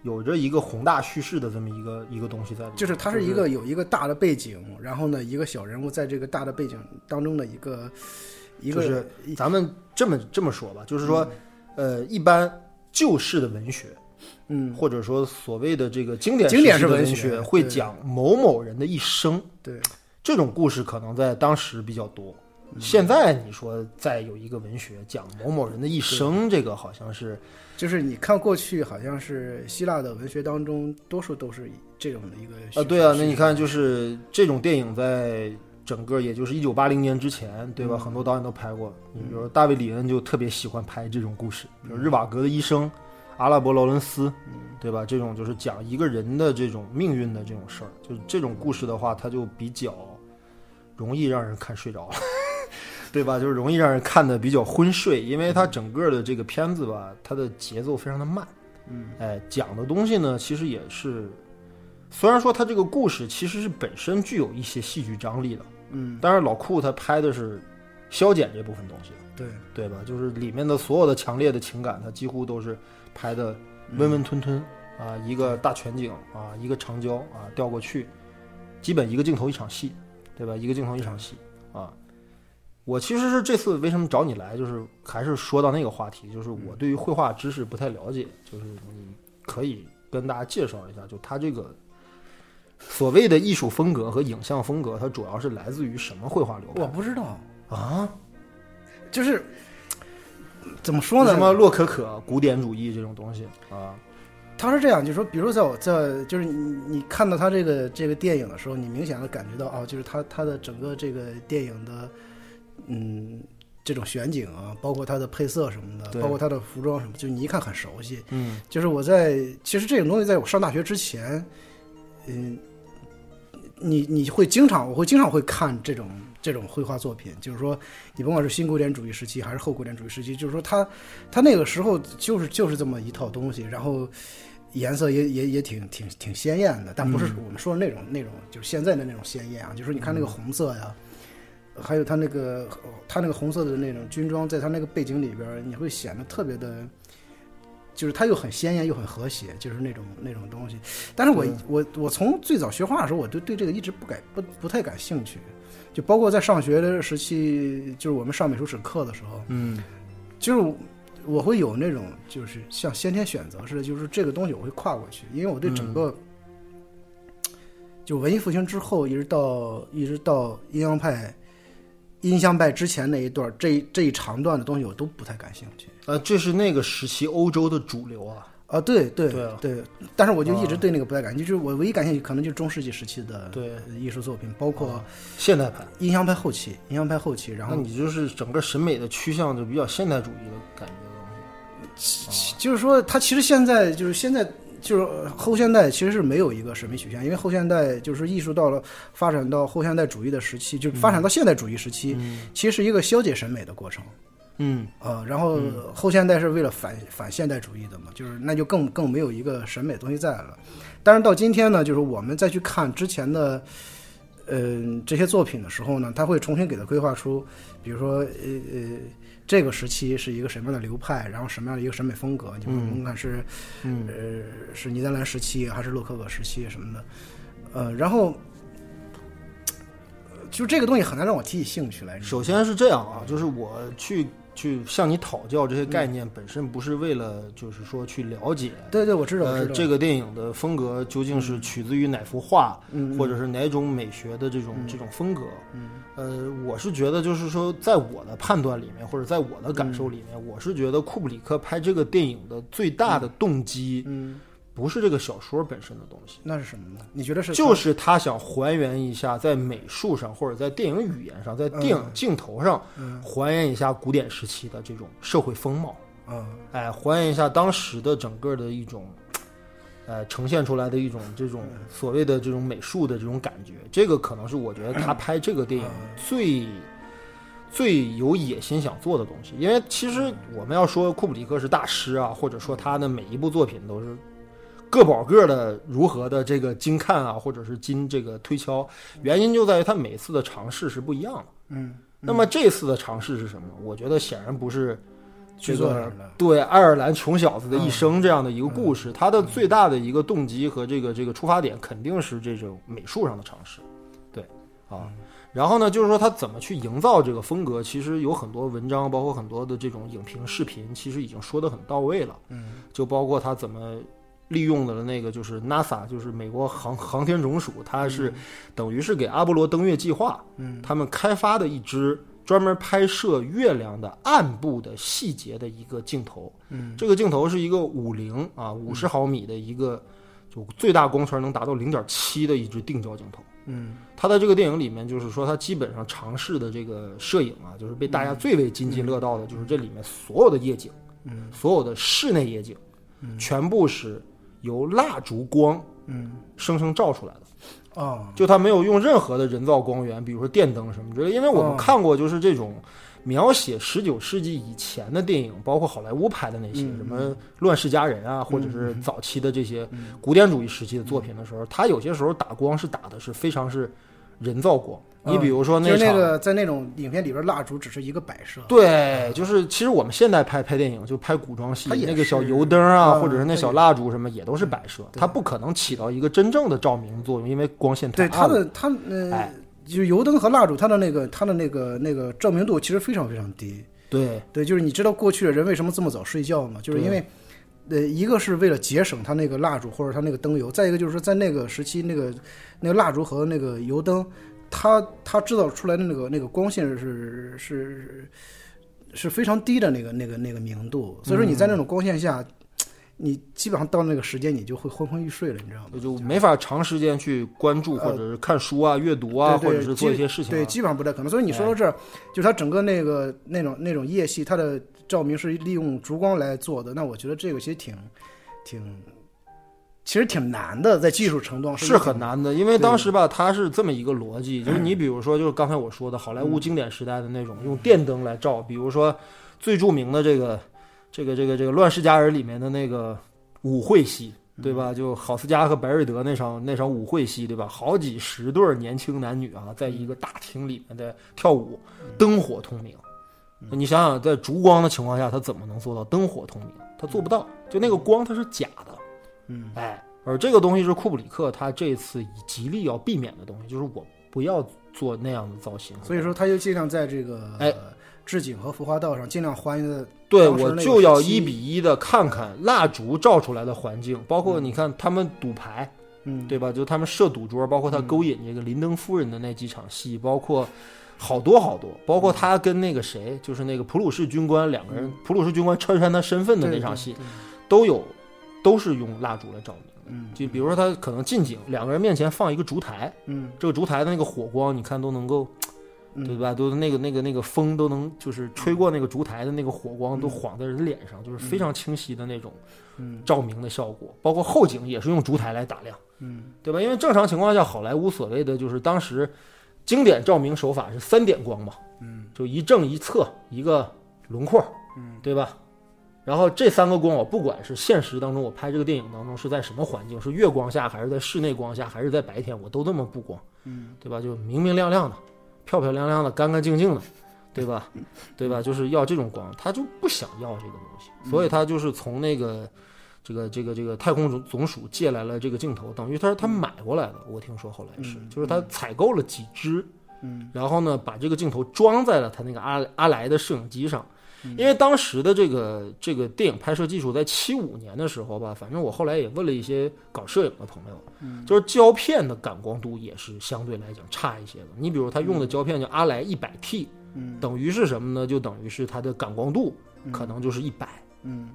S1: 有着一个宏大叙事的这么一个一个东西在里面，
S2: 就是它是一个有一个大的背景，然后呢，一个小人物在这个大的背景当中的一个一个
S1: 就是咱们这么这么说吧，就是说，呃，一般旧式的文学，
S2: 嗯，
S1: 或者说所谓的这个经典
S2: 经典式
S1: 时期的
S2: 文
S1: 文
S2: 学
S1: 会
S2: 对
S1: 讲某某人的一生，
S2: 对
S1: 这种故事可能在当时比较多。
S2: 嗯
S1: 现在你说再有一个文学讲某某人的一生，这个好像是
S2: 就是你看过去好像是希腊的文学当中，多数都是以这种的一个
S1: 啊，对啊，那你看，就是这种电影在整个也就是一九八零年之前，对吧？很多导演都拍过，你比如说大卫·里恩就特别喜欢拍这种故事，比如《日瓦格的医生》《阿拉伯劳伦斯》，对吧？这种就是讲一个人的这种命运的这种事儿，就是这种故事的话，它就比较容易让人看睡着了。 对吧？就是容易让人看的比较昏睡，因为它整个的这个片子吧，它的节奏非常的慢，
S2: 嗯，
S1: 哎，讲的东西呢，其实也是虽然说他这个故事其实是本身具有一些戏剧张力的，
S2: 嗯，
S1: 但是老库他拍的是消减这部分东西的，
S2: 对，
S1: 对吧？就是里面的所有的强烈的情感，他几乎都是拍的温
S2: 嗯
S1: 温吞吞、啊，一个大全景啊，一个长焦啊调过去，基本一个镜头一场戏，对吧？一个镜头一场戏啊。我其实是这次为什么找你来，就是还是说到那个话题，就是我对于绘画知识不太了解，就是你可以跟大家介绍一下，就他这个所谓的艺术风格和影像风格，它主要是来自于什么绘画流
S2: 我
S1: 派
S2: 不知道，
S1: 啊？
S2: 就是怎么说呢？
S1: 什么洛可可、古典主义这种东西啊，
S2: 他是这样，就是说，比如说在我在就是你你看到他这个这个电影的时候，你明显的感觉到哦，就是他他的整个这个电影的，嗯，这种选景啊，包括他的配色什么的，
S1: 对
S2: 包括他的服装什么，就你一看很熟悉。
S1: 嗯，
S2: 就是我在其实这种东西，在我上大学之前，嗯，你你会经常我会经常会看这种这种绘画作品，就是说你甭管是新古典主义时期还是后古典主义时期，就是说他他那个时候就是就是这么一套东西，然后颜色也也也挺挺挺鲜艳的，但不是我们说的那种、那种就是现在的那种鲜艳啊，就是你看那个红色呀。还有他那个，他那个红色的那种军装，在他那个背景里边儿，你会显得特别的，就是它又很鲜艳又很和谐，就是那种那种东西。但是我我我从最早学画的时候，我就对这个一直不感不不太感兴趣，就包括在上学的时期，就是我们上美术史课的时候，
S1: 嗯，
S2: 就是我会有那种就是像先天选择似的，就是这个东西我会跨过去，因为我对
S1: 嗯
S2: 整个、就文艺复兴之后，一直到一直到阴阳派、阴阳派之前那一段儿，这一这一长段的东西我都不太感兴趣。
S1: 呃，这是那个时期欧洲的主流啊，
S2: 啊，对对
S1: 对啊
S2: 但是我就一直对那个不太感兴趣，就是我唯一感兴趣可能就是中世纪时期的
S1: 对
S2: 艺术作品，包括
S1: 现代派。
S2: 印象派后期，印象派后期，然
S1: 那
S2: 后
S1: 你就是整个审美的趋向就比较现代主义的感觉的东西。
S2: 就是说，它其实现在就是现在就是呃后现代其实是没有一个审美取向，因为后现代就是艺术到了发展到后现代主义的时期，就是发展到现代主义时期，其实是一个消解审美的过程。
S1: 嗯，
S2: 呃，然后后现代是为了反反现代主义的嘛，就是那就更更没有一个审美东西在了。但是到今天呢，就是我们再去看之前的，嗯、这些作品的时候呢，他会重新给它规划出，比如说，呃呃，这个时期是一个什么样的流派，然后什么样的一个审美风格，你甭管是，
S1: 嗯
S2: 呃，是尼德兰时期还是洛可可时期什么的，呃，然后。就这个东西很难让我提起兴趣来，你知道吗
S1: 首先是这样啊，就是我去去向你讨教这些概念，
S2: 嗯
S1: 本身不是为了就是说去了解。
S2: 对对，我知道，我知
S1: 呃，
S2: 道
S1: 这个电影的风格究竟是取自于哪幅画，
S2: 嗯
S1: 或者是哪种美学的这种、这种风格？呃，我是觉得就是说，在我的判断里面，或者在我的感受里面，我是觉得库布里克拍这个电影的最大的动机，
S2: 嗯，
S1: 不是这个小说本身的东西，
S2: 那是什么呢？你觉得是
S1: 就是他想还原一下在美术上，或者在电影语言上，在电影镜头上，还原一下古典时期的这种社会风貌。
S2: 啊、
S1: 哎，还原一下当时的整个的一种，呃，呈现出来的一种这种所谓的这种美术的这种感觉，这个可能是我觉得他拍这个电影最最有野心想做的东西。因为其实我们要说库布里克是大师啊，或者说他的每一部作品都是个保个的如何的这个精看啊，或者是精这个推敲，原因就在于他每次的尝试是不一样的。
S2: 嗯，
S1: 那么这次的尝试是什么？我觉得显然不是这
S2: 去做
S1: 个
S2: 人了
S1: 对爱尔兰穷小子的一生这样的一个故事，它的最大的一个动机和这个这个出发点肯定是这种美术上的尝试，对啊。然后呢，就是说他怎么去营造这个风格，其实有很多文章，包括很多的这种影评、视频，其实已经说得很到位了。
S2: 嗯，
S1: 就包括他怎么利用的那个，就是 NASA，就是美国航航天总署，它是等于是给阿波罗登月计划，
S2: 嗯，
S1: 他们开发的一支专门拍摄月亮的暗部的细节的一个镜头，
S2: 嗯，
S1: 这个镜头是一个五零啊五十毫米的一个，就最大光圈能达到零点七的一支定焦镜头。
S2: 嗯
S1: 他在这个电影里面，就是说他基本上尝试的这个摄影啊，就是被大家最为津津乐道的，就是这里面所有的夜景，
S2: 嗯，
S1: 所有的室内夜景，全部是由蜡烛光
S2: 嗯，
S1: 生生照出来的。
S2: 哦，
S1: 就它没有用任何的人造光源，比如说电灯什么之类的。因为
S2: 哦
S1: 我们看过就是这种描写十九世纪以前的电影，包括好莱坞拍的那
S2: 嗯
S1: 些、什么《乱世佳人》啊，或者是早期的这些
S2: 嗯
S1: 古典主义时期的作品的时候，它有些时候打光是打的是非常是人造光。你比如说
S2: 嗯就是
S1: 场。
S2: 那个在那种影片里边，蜡烛只是一个摆设，
S1: 对，就是其实我们现在拍拍电影，就拍古装戏
S2: 它，也
S1: 那个小
S2: 是
S1: 油灯啊，
S2: 嗯
S1: 或者是那
S2: 它
S1: 小
S2: 也
S1: 蜡烛什么，也都是摆设，
S2: 对
S1: 它不可能起到一个真正的照明作用，因为光线太
S2: 对，它
S1: 暗了。
S2: 的它呃
S1: 哎，
S2: 就是油灯和蜡烛，它的那个它的那个那个照明度其实非常非常低。
S1: 对，
S2: 对，就是你知道过去的人为什么这么早睡觉吗？就是因为。呃，一个是为了节省它那个蜡烛或者它那个灯油，再一个就是说在那个时期，那个那个蜡烛和那个油灯，它它制造出来的那个那个光线是是是非常低的那个那个那个明度，所以说你在那种光线下，你基本上到那个时间你就会昏昏欲睡了，你知道吗？
S1: 也就没法长时间去关注，或者是看书啊、阅读啊，
S2: 对
S1: 或
S2: 对
S1: 者是做一些事情
S2: 对，
S1: 啊。
S2: 基本上不太可能。所以你说到这儿，就是它整个那个那种那种夜戏，它的照明是利用烛光来做的。那我觉得这个其实挺挺，其实挺难的，在技术程度上
S1: 是
S2: 很
S1: 很难的，嗯因为当时吧，它是这么一个逻辑，就是你比如说，就是刚才我说的好莱坞经典时代的那种用电灯来照，比如说最著名的这个这个这个这个《乱世佳人》里面的那个舞会戏，对吧？就郝思嘉和白瑞德那场那场舞会戏，对吧？好几十对儿年轻男女啊，在一个大厅里面在跳舞，灯火通明。你想想，在烛光的情况下，他怎么能做到灯火通明？他做不到，就那个光它是假的。
S2: 嗯，
S1: 哎，而这个东西是库布里克他这次极力要避免的东西，就是我不要做那样的造型。
S2: 所以说他就尽量在这个
S1: 哎
S2: 置景和服化道上尽量还原的
S1: 对，
S2: 当时
S1: 我
S2: 那个
S1: 就要
S2: 时期
S1: 一比一的看看蜡烛照出来的环境，包括你看他们赌牌，
S2: 嗯
S1: 对吧？就他们设赌桌，包括他
S2: 嗯
S1: 勾引这个林登夫人的那几场戏，包括好多好多，包括他跟那个谁，就是那个普鲁士军官两个人
S2: 嗯，
S1: 普鲁士军官拆穿他身份的那
S2: 对
S1: 场
S2: 对
S1: 戏，
S2: 对
S1: 都有都是用蜡烛来照明。
S2: 嗯
S1: 就比如说他可能近景，两个人面前放一个烛台，
S2: 嗯
S1: 这个烛台的那个火光，你看都能够，
S2: 嗯
S1: 对吧？都那个那个那个风都能，就是吹过那个烛台的那个火光都
S2: 嗯
S1: 晃在人脸上，就是非常清晰的那种
S2: 嗯
S1: 照明的效果。包括后景也是用烛台来打亮，
S2: 嗯
S1: 对吧？因为正常情况下，好莱坞所谓的就是当时经典照明手法是三点光嘛，
S2: 嗯
S1: 就一正一侧一个轮廓，
S2: 嗯，
S1: 对吧？然后这三个光，我不管是现实当中我拍这个电影当中是在什么环境，是月光下，还是在室内光下，还是在白天，我都那么布光，
S2: 嗯
S1: 对吧？就明明亮亮的，漂漂亮亮的，干干净净的，对吧？对吧？就是要这种光，他就不想要这个东西，
S2: 嗯
S1: 所以他就是从那个这个这个这个太空总总署借来了这个镜头，等于他是他买过来的。我听说后来是，
S2: 嗯
S1: 就是他采购了几支，
S2: 嗯
S1: 然后呢，把这个镜头装在了他那个阿阿莱的摄影机上，因为当时的这个这个电影拍摄技术在七五年的时候吧，反正我后来也问了一些搞摄影的朋
S2: 嗯
S1: 友，就是胶片的感光度也是相对来讲差一些的。你比如他用的胶片叫阿莱一百 T，
S2: 嗯
S1: 等于是什么呢？就等于是它的感光度可能就是一百。
S2: 嗯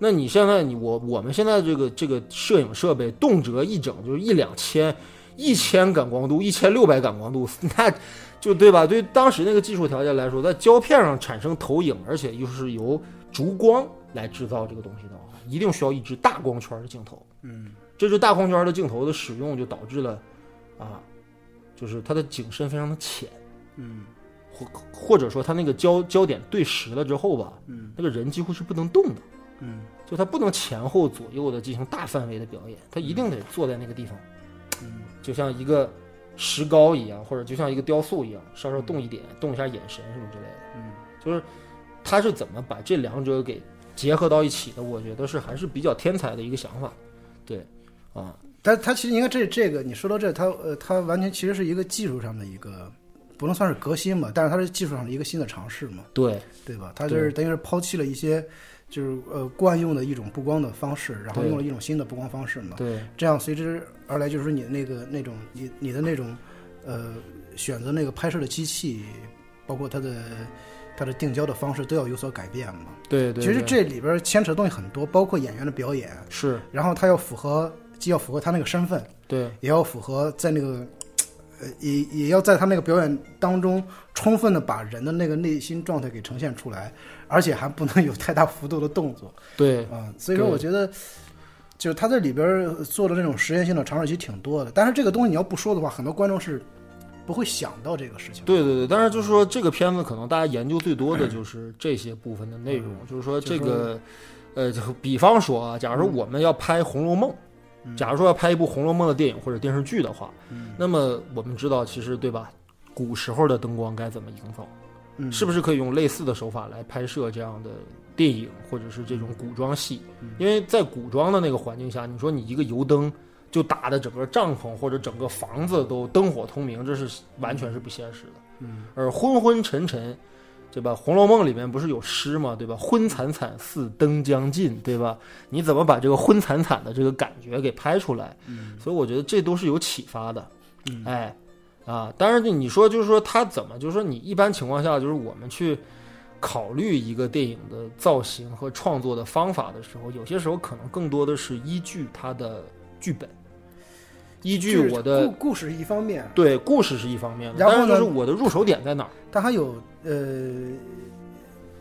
S1: 那你现在你我我们现在这个这个摄影设备动辄一整就是一两千、一千感光度、一千六百感光度， 那就对吧？对于当时那个技术条件来说，在胶片上产生投影，而且又是由烛光来制造这个东西的话，一定需要一支大光圈的镜头。
S2: 嗯
S1: 这支大光圈的镜头的使用，就导致了啊，就是它的景深非常的浅，
S2: 嗯
S1: 或或者说它那个焦焦点对实了之后吧，
S2: 嗯
S1: 那个人几乎是不能动的。
S2: 嗯
S1: 就他不能前后左右的进行大范围的表演，他一定得坐在那个地方，
S2: 嗯
S1: 就像一个石膏一样，或者就像一个雕塑一样，稍稍动一点，动一下眼神什么之类的。
S2: 嗯
S1: 就是他是怎么把这两者给结合到一起的？我觉得是还是比较天才的一个想法。对，啊，
S2: 他他其实应该这这个，你说到这，他呃，他完全其实是一个技术上的一个，不能算是革新吧，但是他是技术上的一个新的尝试嘛，
S1: 对
S2: 对吧？他就是等于是抛弃了一些就是呃惯用的一种布光的方式，然后
S1: 对
S2: 用了一种新的布光方式嘛，
S1: 对
S2: 这样随之而来就是说你那个那种你你的那种呃选择那个拍摄的机器，包括它的它的定焦的方式都要有所改变嘛。
S1: 对对，
S2: 其实
S1: 对
S2: 这里边牵扯的东西很多，包括演员的表演，
S1: 是
S2: 然后他要符合既要符合他那个身份。
S1: 对
S2: 也要符合在那个，呃，也也要在他那个表演当中充分的把人的那个内心状态给呈现出来，而且还不能有太大幅度的动作
S1: 对
S2: 啊、所以说，
S1: 对
S2: 我觉得就是他在里边儿呃做的那种实验性的尝试其实挺多的，但是这个东西你要不说的话，很多观众是不会想到这个事情。
S1: 对对对，但是就是说这个片子可能大家研究最多的就是这些部分的内容，嗯就是说这个，呃，就比方说啊，假如说我们要拍《红楼梦》假如说要拍一部《红楼梦》的电影或者电视剧的话，
S2: 嗯
S1: 那么我们知道其实对吧？古时候的灯光该怎么营造？
S2: 嗯，
S1: 是不是可以用类似的手法来拍摄这样的电影或者是这种古装戏？因为在古装的那个环境下，你说你一个油灯就打的整个帐篷或者整个房子都灯火通明，这是完全是不现实的。
S2: 嗯，
S1: 而昏昏沉沉，对吧？《红楼梦》里面不是有诗吗？对吧？昏惨惨似灯将尽，对吧？你怎么把这个昏惨惨的这个感觉给拍出来？
S2: 嗯
S1: 所以我觉得这都是有启发的。
S2: 嗯
S1: 哎，啊，当然你说就是说他怎么，就是说你一般情况下就是我们去考虑一个电影的造型和创作的方法的时候，有些时候可能更多的是依据它的剧本，依据
S2: 就是
S1: 我的
S2: 故故事是一方面，啊
S1: 对故事是一方面的，
S2: 然后
S1: 但是
S2: 呢
S1: 就是我的入手点在哪儿？
S2: 但还有呃，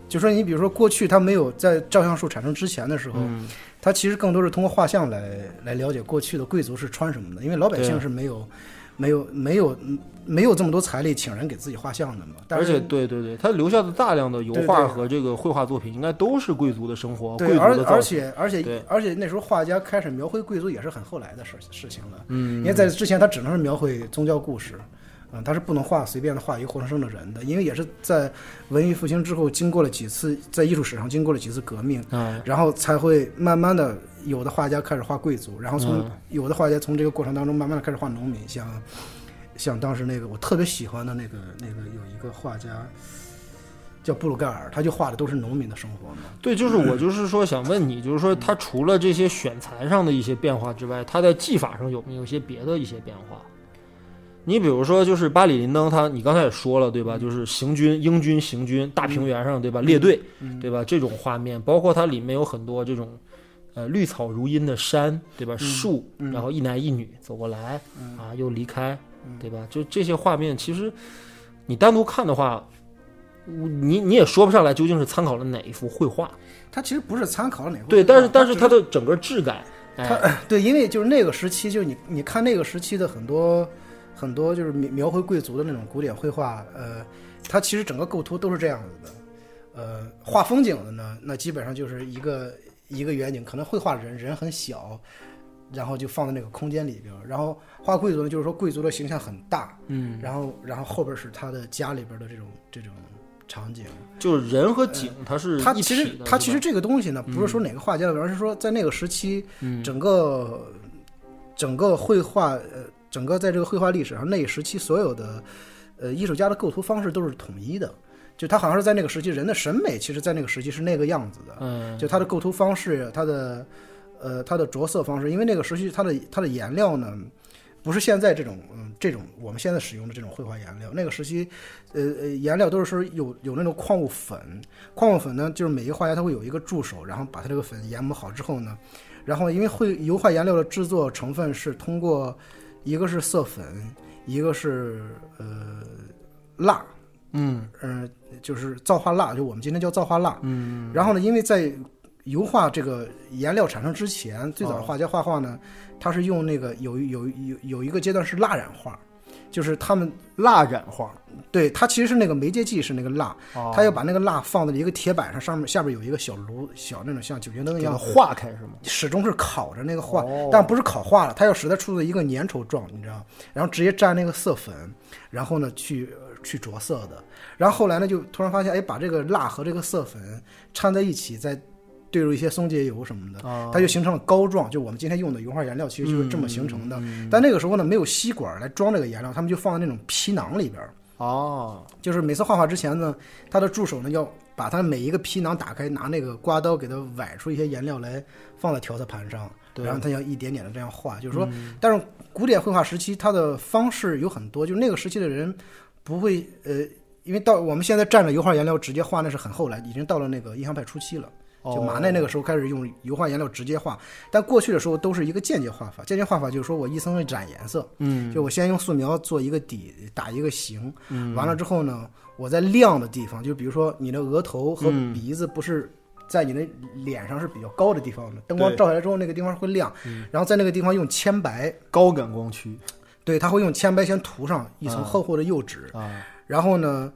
S2: 就说你比如说过去他没有在照相术产生之前的时候。
S1: 嗯，
S2: 他其实更多是通过画像来来了解过去的贵族是穿什么的，因为老百姓
S1: 对
S2: 是没有没有没有没有这么多财力请人给自己画像的嘛。但
S1: 而
S2: 是
S1: 且对对对，他留下的大量的油
S2: 对对
S1: 画和这个绘画作品，应该都是贵族的生活，贵
S2: 对，
S1: 族
S2: 而
S1: 的造
S2: 而
S1: 型。
S2: 且而
S1: 对
S2: 且而且那时候画家开始描绘贵族也是很后来的事事情了，
S1: 嗯
S2: 因为在之前他只能是描绘宗教故事。嗯，他是不能画随便的画一个活生生的人的，因为也是在文艺复兴之后，经过了几次在艺术史上经过了几次革命，
S1: 啊，
S2: 然后才会慢慢的有的画家开始画贵族，然后从、
S1: 嗯
S2: 有的画家从这个过程当中慢慢的开始画农民，像像当时那个我特别喜欢的那个那个有一个画家叫布鲁盖尔，他就画的都是农民的生活嘛。
S1: 对，就是我就是说想问你，就是说他除了这些选材上的一些变化之外，他在技法上有没有一些别的一些变化？你比如说，就是巴里林登他，你刚才也说了，对
S2: 嗯
S1: 吧？就是行军，英军行军，大平原上，对吧？列队，对吧？这种画面，包括它里面有很多这种，呃，绿草如茵的山，对
S2: 嗯
S1: 吧？树，然后一男一女走过来，啊，又离开，
S2: 嗯
S1: 对吧？就这些画面，其实你单独看的话，我你你也说不上来究竟是参考了哪一幅绘画，
S2: 他其实不是参考了哪个
S1: 对。
S2: 国家
S1: 但是但
S2: 它
S1: 是它的整个质感，哎，
S2: 对，因为就是那个时期，就是你你看那个时期的很多很多就是描描绘贵族的那种古典绘画，呃，它其实整个构图都是这样子的。呃，画风景的呢，那基本上就是一个一个远景，可能绘画人人很小，然后就放在那个空间里边儿。然后画贵族呢，就是说贵族的形象很大，
S1: 嗯，
S2: 然后然后后边是他的家里边的这种这种场景。
S1: 就是人和景它是
S2: 呃它
S1: 一
S2: 其
S1: 体
S2: 实
S1: 的
S2: 它
S1: 对
S2: 其
S1: 吧
S2: 实这个东西呢，不是说哪个画家的，而是说在那个时期，
S1: 嗯
S2: 整个整个绘画呃，整个在这个绘画历史上那一时期所有的呃艺术家的构图方式都是统一的，就他好像是在那个时期人的审美，其实在那个时期是那个样子的，
S1: 嗯，
S2: 就他的构图方式，他的呃他的着色方式，因为那个时期他的他的颜料呢。不是现在这种，嗯，这种我们现在使用的这种绘画颜料，那个时期，呃呃，颜料都是说有有那种矿物粉，矿物粉呢，就是每一个画家他会有一个助手，然后把它这个粉研磨好之后呢，然后因为绘油画颜料的制作成分是通过一个是色粉，一个是呃蜡，
S1: 嗯
S2: 嗯，就是皂化蜡，就我们今天叫皂化蜡。
S1: 嗯
S2: 然后呢，因为在油画这个颜料产生之前，最早的
S1: 哦
S2: 画家画画呢，他是用那个有有有有一个阶段是蜡染画，就是他们
S1: 蜡染画，
S2: 对它其实是那个媒介剂是那个蜡，
S1: 哦
S2: 他要把那个蜡放在一个铁板上，上面下边有一个小炉，小那种像酒精灯一
S1: 给它
S2: 样，
S1: 化开是吗？
S2: 始终是烤着那个化，
S1: 哦
S2: 但不是烤化了，它要使它出了一个粘稠状，你知道吗，然后直接蘸那个色粉，然后呢去呃去着色的，然后后来呢就突然发现，哎，把这个蜡和这个色粉掺在一起，再兑入一些松节油什么的，
S1: 啊，
S2: 它就形成了膏状，就我们今天用的油画颜料其实就是这么形成的。
S1: 嗯
S2: 但那个时候呢，没有吸管来装这个颜料，他们就放在那种皮囊里边儿。
S1: 哦，
S2: 就是每次画画之前呢，他的助手呢要把他每一个皮囊打开，拿那个刮刀给它崴出一些颜料来，放在调色盘上，
S1: 对
S2: 然后他要一点点的这样画。就是说，但是古典绘画时期，它的方式有很多，就是那个时期的人不会呃，因为到我们现在蘸着油画颜料直接画，那是很后来，已经到了那个印象派初期了。
S1: 哦
S2: 就马奈那个时候开始用油画颜料直接画，但过去的时候都是一个间接画法。间接画法就是说我一层一染颜色，
S1: 嗯，
S2: 就我先用素描做一个底，打一个形，完了之后呢，我在亮的地方，就比如说你的额头和
S1: 嗯
S2: 鼻子不是。在你的脸上是比较高的地方的，灯光
S1: 对嗯
S2: 照下来之后，那个地方会亮，然后在那个地方用铅白，
S1: 高感光区
S2: 对，它会用铅白先涂上一层
S1: 啊
S2: 厚厚的釉纸，
S1: 啊，
S2: 然后呢，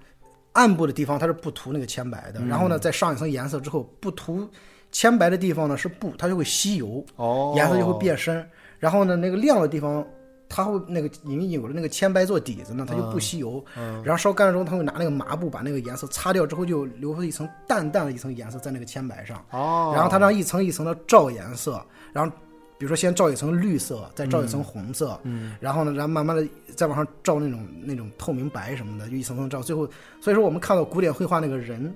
S2: 暗部的地方它是不涂那个铅白的，
S1: 嗯
S2: 然后呢，再上一层颜色之后，不涂铅白的地方呢是布，它就会吸油，
S1: 哦，
S2: 颜色就会变深。然后呢，那个亮的地方，它会那个因为有了那个铅白做底子呢，它就不吸油。
S1: 嗯
S2: 然后烧干了之后，它会拿那个麻布把那个颜色擦掉，之后就留出一层淡淡的一层颜色在那个铅白上。
S1: 哦，
S2: 然后它让一层一层的照颜色，然后比如说先照一层绿色，再照一层红色，
S1: 嗯，
S2: 然后呢，然后慢慢的再往上照那种那种透明白什么的，就一层层照，最后，所以说我们看到古典绘画那个人，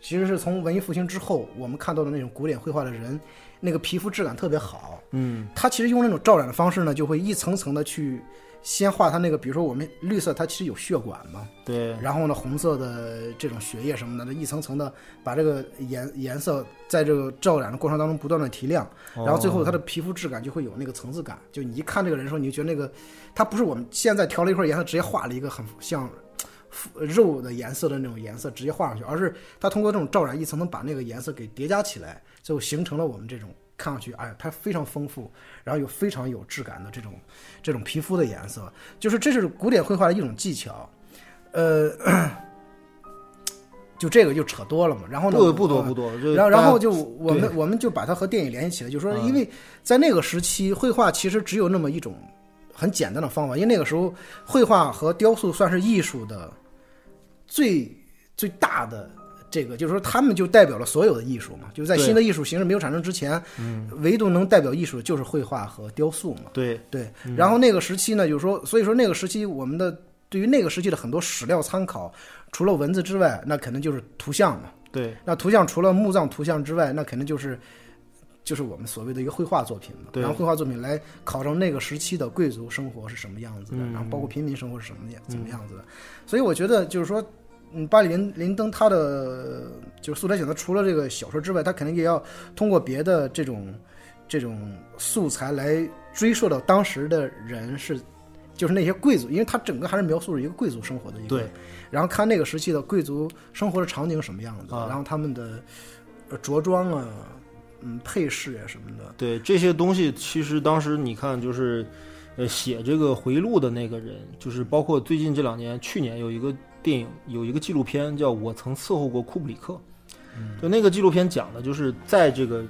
S2: 其实是从文艺复兴之后我们看到的那种古典绘画的人，那个皮肤质感特别好，
S1: 嗯
S2: 他其实用那种照染的方式呢，就会一层层的去。先画它那个，比如说我们绿色，它其实有血管嘛，
S1: 对，
S2: 然后呢，红色的这种血液什么的，一层层的把这个颜颜色在这个照染的过程当中不断的提亮，然
S1: 哦
S2: 后最后它的皮肤质感就会有那个层次感。就你一看这个人的时候，你就觉得那个他不是我们现在调了一块颜色，直接画了一个很像呃肉的颜色的那种颜色直接画上去，而是他通过这种照染一层层把那个颜色给叠加起来，最后形成了我们这种看上去哎呀它非常丰富，然后有非常有质感的这种这种皮肤的颜色，就是这是古典绘画的一种技巧，呃。 就这个就扯多了嘛，然后呢？
S1: 不不
S2: 我
S1: 多不多，这
S2: 然后
S1: 大
S2: 然
S1: 家
S2: 后就我
S1: 对
S2: 们我们就把它和电影联系起来，就说
S1: 嗯
S2: 因为在那个时期，绘画其实只有那么一种很简单的方法，因为那个时候绘画和雕塑算是艺术的最最大的这个就是说，他们就代表了所有的艺术嘛，就是在
S1: 对嗯
S2: 新的艺术形式没有产生之前，唯独能代表艺术的就是绘画和雕塑嘛。
S1: 对，
S2: 对，
S1: 嗯
S2: 然后那个时期呢，就是说，所以说那个时期我们的对于那个时期的很多史料参考，除了文字之外，那肯定就是图像嘛。
S1: 对，
S2: 那图像除了墓葬图像之外，那肯定就是就是我们所谓的一个绘画作品嘛。
S1: 对
S2: 然后绘画作品来考证那个时期的贵族生活是什么样子的，
S1: 嗯
S2: 然后包括平民生活是什么样怎么样子的。所以我觉得就是说，嗯，巴里林林登他的就是素材选择，除了这个小说之外，他肯定也要通过别的这种这种素材来追溯到当时的人是。就是那些贵族，因为他整个还是描述着一个贵族生活的一个
S1: 对，
S2: 然后看那个时期的贵族生活的场景什么样子，
S1: 啊
S2: 然后他们的呃着装啊，嗯，配饰啊什么的，
S1: 对这些东西，其实当时你看，就是，呃，写这个回忆录的那个人，就是包括最近这两年，去年有一个电影，有一个纪录片叫《我曾伺候过库布里克》，就那个纪录片讲的就是在这个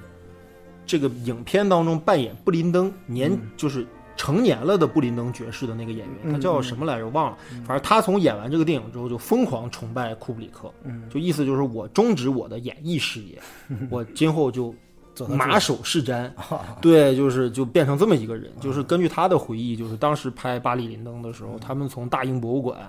S1: 这个影片当中扮演布林登年、就是。成年了的布林登爵士的那个演员，
S2: 嗯
S1: 他叫什么来着？忘了。反正他从演完这个电影之后，就疯狂崇拜库布里克，
S2: 嗯，
S1: 就意思就是我终止我的演艺事 业，我今后就
S2: 走到
S1: 马首是瞻。
S2: 啊，嗯
S1: 对，就是就变成这么一个人，就是根据他的回忆，就是当时拍《巴黎林登》的时候，他们从大英博物馆、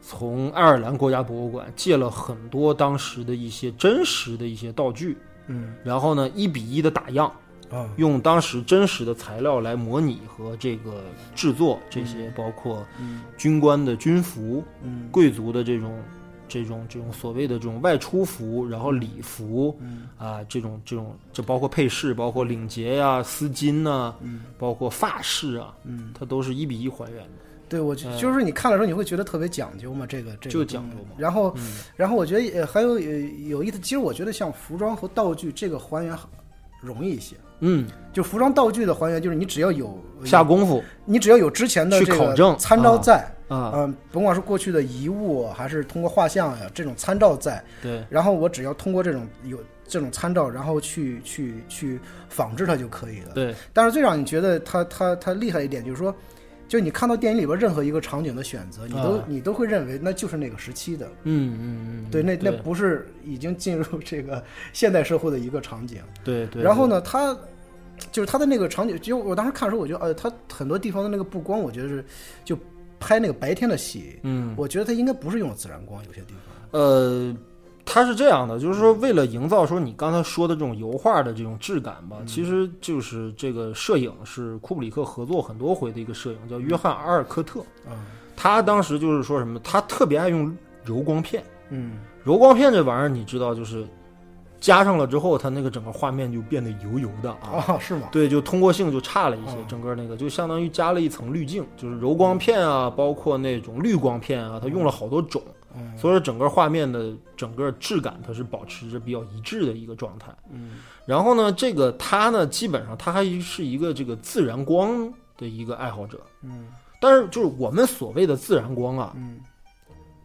S1: 从爱尔兰国家博物馆借了很多当时的一些真实的一些道具，
S2: 嗯
S1: 然后呢一比一的打样，
S2: 啊，
S1: 用当时真实的材料来模拟和这个制作这些，包括
S2: 嗯
S1: 军官的军服、
S2: 嗯
S1: 贵族的这种。这种这种所谓的这种外出服，然后礼服，
S2: 嗯
S1: 啊，这种这种，这包括配饰，包括领结呀、丝巾呐、
S2: 嗯
S1: 包括发饰啊，
S2: 嗯，
S1: 它都是一比一还原的。
S2: 对我就就是你看的时候你会觉得特别讲究嘛，这个这个
S1: 嗯就讲究嘛
S2: 然后
S1: 嗯
S2: 然后我觉得呃还有呃有意思，其实我觉得像服装和道具这个还原容易一些。
S1: 嗯，
S2: 就服装道具的还原，就是你只要有
S1: 下功夫
S2: 你只要有之前的
S1: 去
S2: 这
S1: 考
S2: 个
S1: 证
S2: 参照
S1: 啊
S2: 在，
S1: 啊，
S2: 嗯，甭管是过去的遗物，还是通过画像呀这种参照在，
S1: 对
S2: 然后我只要通过这种有这种参照，然后去去去仿制它就可以了。
S1: 对
S2: 但是最让你觉得它它它厉害一点，就是说，就是你看到电影里边任何一个场景的选择，你都、
S1: 啊
S2: 你都会认为那就是那个时期的，
S1: 嗯嗯嗯，
S2: 对，那那
S1: 对
S2: 不是已经进入这个现代社会的一个场景。
S1: 对对，
S2: 然后呢，它就是它的那个场景，就我当时看的时候，我觉得呃，它很多地方的那个布光，我觉得是就拍那个白天的戏，
S1: 嗯
S2: 我觉得它应该不是用自然光，有些地方。
S1: 呃。它是这样的，就是说，为了营造说你刚才说的这种油画的这种质感
S2: 嗯
S1: 吧，其实就是这个摄影是库布里克合作很多回的一个摄影，叫约翰·阿尔科特。
S2: 啊，
S1: 他当时就是说什么，他特别爱用柔光片，
S2: 嗯
S1: 柔光片这玩意儿，你知道，就是加上了之后，它那个整个画面就变得油油的啊。
S2: 啊，是吗？
S1: 对，就通过性就差了一些
S2: 嗯，
S1: 整个那个就相当于加了一层滤镜，就是柔光片啊，包括那种滤光片啊，它用了好多种，
S2: 嗯
S1: 所以说整个画面的整个质感它是保持着比较一致的一个状态。
S2: 嗯
S1: 然后呢，这个他呢，基本上他还是一个这个自然光的一个爱好者，
S2: 嗯
S1: 但是就是我们所谓的自然光啊，
S2: 嗯，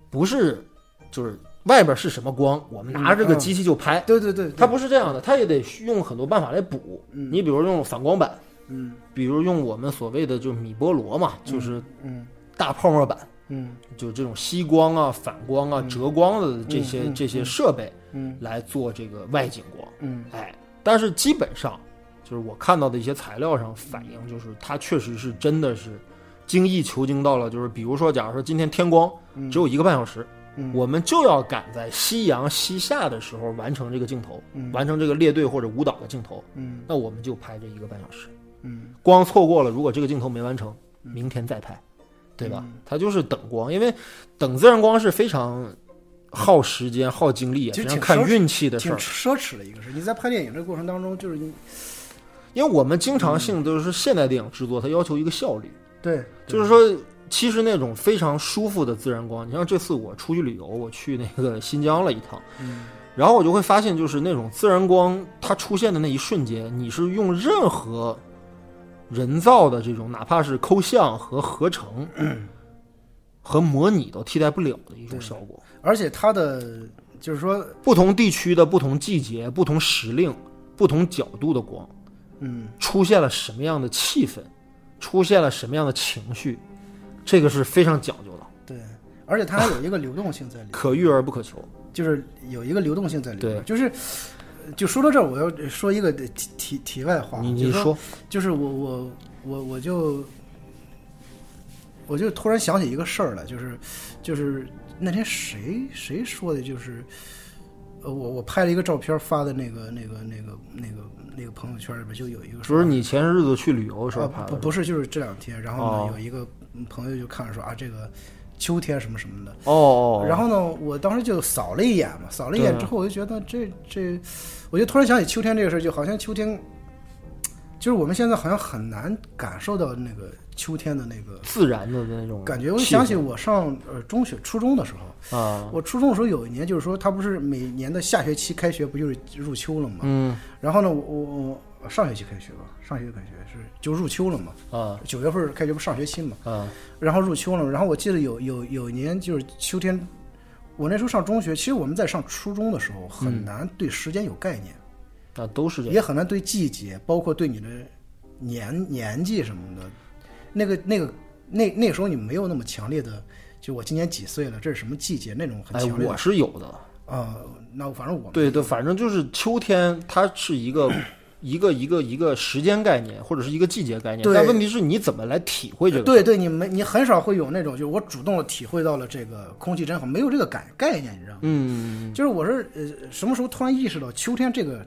S1: 不是就是外边是什么光，我们拿着这个机器就拍，
S2: 对对对，
S1: 它不是这样的，它也得用很多办法来补。
S2: 嗯
S1: 你比如用反光板，
S2: 嗯
S1: 比如用我们所谓的就是米波罗嘛，就是
S2: 嗯
S1: 大泡沫板，
S2: 嗯
S1: 就这种吸光啊、反光啊、折光的这些、
S2: 嗯嗯
S1: 这些设备
S2: 嗯
S1: 来做这个外景光。
S2: 嗯
S1: 哎，但是基本上就是我看到的一些材料上反映，就是它确实是真的是精益求精到了，就是比如说，假如说今天天光
S2: 嗯
S1: 只有一个半小时，
S2: 嗯
S1: 我们就要赶在夕阳西下的时候完成这个镜头，
S2: 嗯
S1: 完成这个列队或者舞蹈的镜头，
S2: 嗯
S1: 那我们就拍这一个半小时，
S2: 嗯
S1: 光错过了，如果这个镜头没完成，明天再拍，对吧？
S2: 嗯
S1: 它就是等光，因为等自然光是非常耗时间、耗精力，也啊
S2: 其
S1: 非
S2: 实
S1: 常
S2: 挺
S1: 看
S2: 奢侈
S1: 运气的事
S2: 挺
S1: 儿。
S2: 奢侈的一个事。你在拍电影这个过程当中，就是你
S1: 因为我们经常性都是现代电影制作，它要求一个效率，
S2: 对，
S1: 就是说，其实那种非常舒服的自然光，你像这次我出去旅游，我去那个新疆了一趟。
S2: 嗯
S1: 然后我就会发现，就是那种自然光它出现的那一瞬间，你是用任何人造的这种，哪怕是抠像和合 成、和模拟都替代不了的一种效果。
S2: 而且它的就是说，
S1: 不同地区的不同季节、不同时令、不同角度的光，
S2: 嗯，
S1: 出现了什么样的气氛，出现了什么样的情绪，这个是非常讲究的。
S2: 对，而且它还有一个流动性在里面，
S1: 可遇而不可求。
S2: 就是有一个流动性在里
S1: 对
S2: 面。就是就说到这儿，我要说一个题题题外话，
S1: 啊你
S2: 就
S1: 你
S2: 是说，就是我我我我就我就突然想起一个事儿来，就是就是那天谁谁说的，就是呃，我我拍了一个照片发的那个那个那个那个那个朋友圈里边就有一个
S1: 不
S2: 说
S1: 是你前些日子去旅游的时候
S2: 啊
S1: 拍
S2: 不
S1: 的，
S2: 不是就是这两天，然后呢、
S1: 哦
S2: 有一个朋友就看着说啊这个秋天什么什么的。
S1: 哦哦，嗯
S2: 然后呢，我当时就扫了一眼嘛，扫了一眼
S1: 对
S2: 之后，我就觉得这这，我就突然想起秋天这个事儿，就好像秋天，就是我们现在好像很难感受到那个秋天的那个
S1: 自然的那种
S2: 感觉。我就
S1: 气
S2: 想起
S1: 氛
S2: 我上呃中学、初中的时候，
S1: 啊，
S2: 我初中的时候有一年，就是说他不是每年的下学期开学不就是入秋了嘛？
S1: 嗯
S2: 然后呢，我我我上学期开学吧，上学期开学是就入秋了嘛，
S1: 啊
S2: 九月份开学不上学期嘛。
S1: 啊
S2: 然后入秋了。然后我记得有有有一年就是秋天，我那时候上中学，其实我们在上初中的时候很难对时间有概念，
S1: 那都嗯是这样。
S2: 也很难对季节，包括对你的年年纪什么的，那个那个那那时候你没有那么强烈的，就我今年几岁了，这是什么季节那种很
S1: 哎，
S2: 强烈的
S1: 我是有的，
S2: 啊、那反正我们
S1: 对对，反正就是秋天，它是一个一个一个一个时间概念，或者是一个季节概念。
S2: 对
S1: 但问题是你怎么来体会这个？
S2: 对，对，你没你很少会有那种，就是我主动的体会到了这个空气真好，没有这个感概念，你知道吗？
S1: 嗯，
S2: 就是我是呃什么时候突然意识到秋天这个，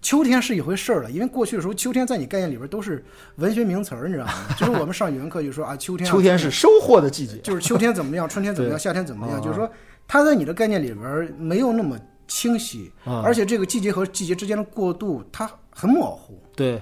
S2: 秋天是一回事儿了，因为过去的时候秋天在你概念里边都是文学名词儿，你 知道吗？就是我们上语文课就说啊秋天啊，
S1: 秋天是收获的季节。
S2: 就是秋天怎么样，春天怎么样，
S1: 对
S2: 夏天怎么样，
S1: 啊
S2: 就是说它在你的概念里边没有那么清晰，
S1: 啊
S2: 而且这个季节和季节之间的过渡它很模糊。
S1: 对，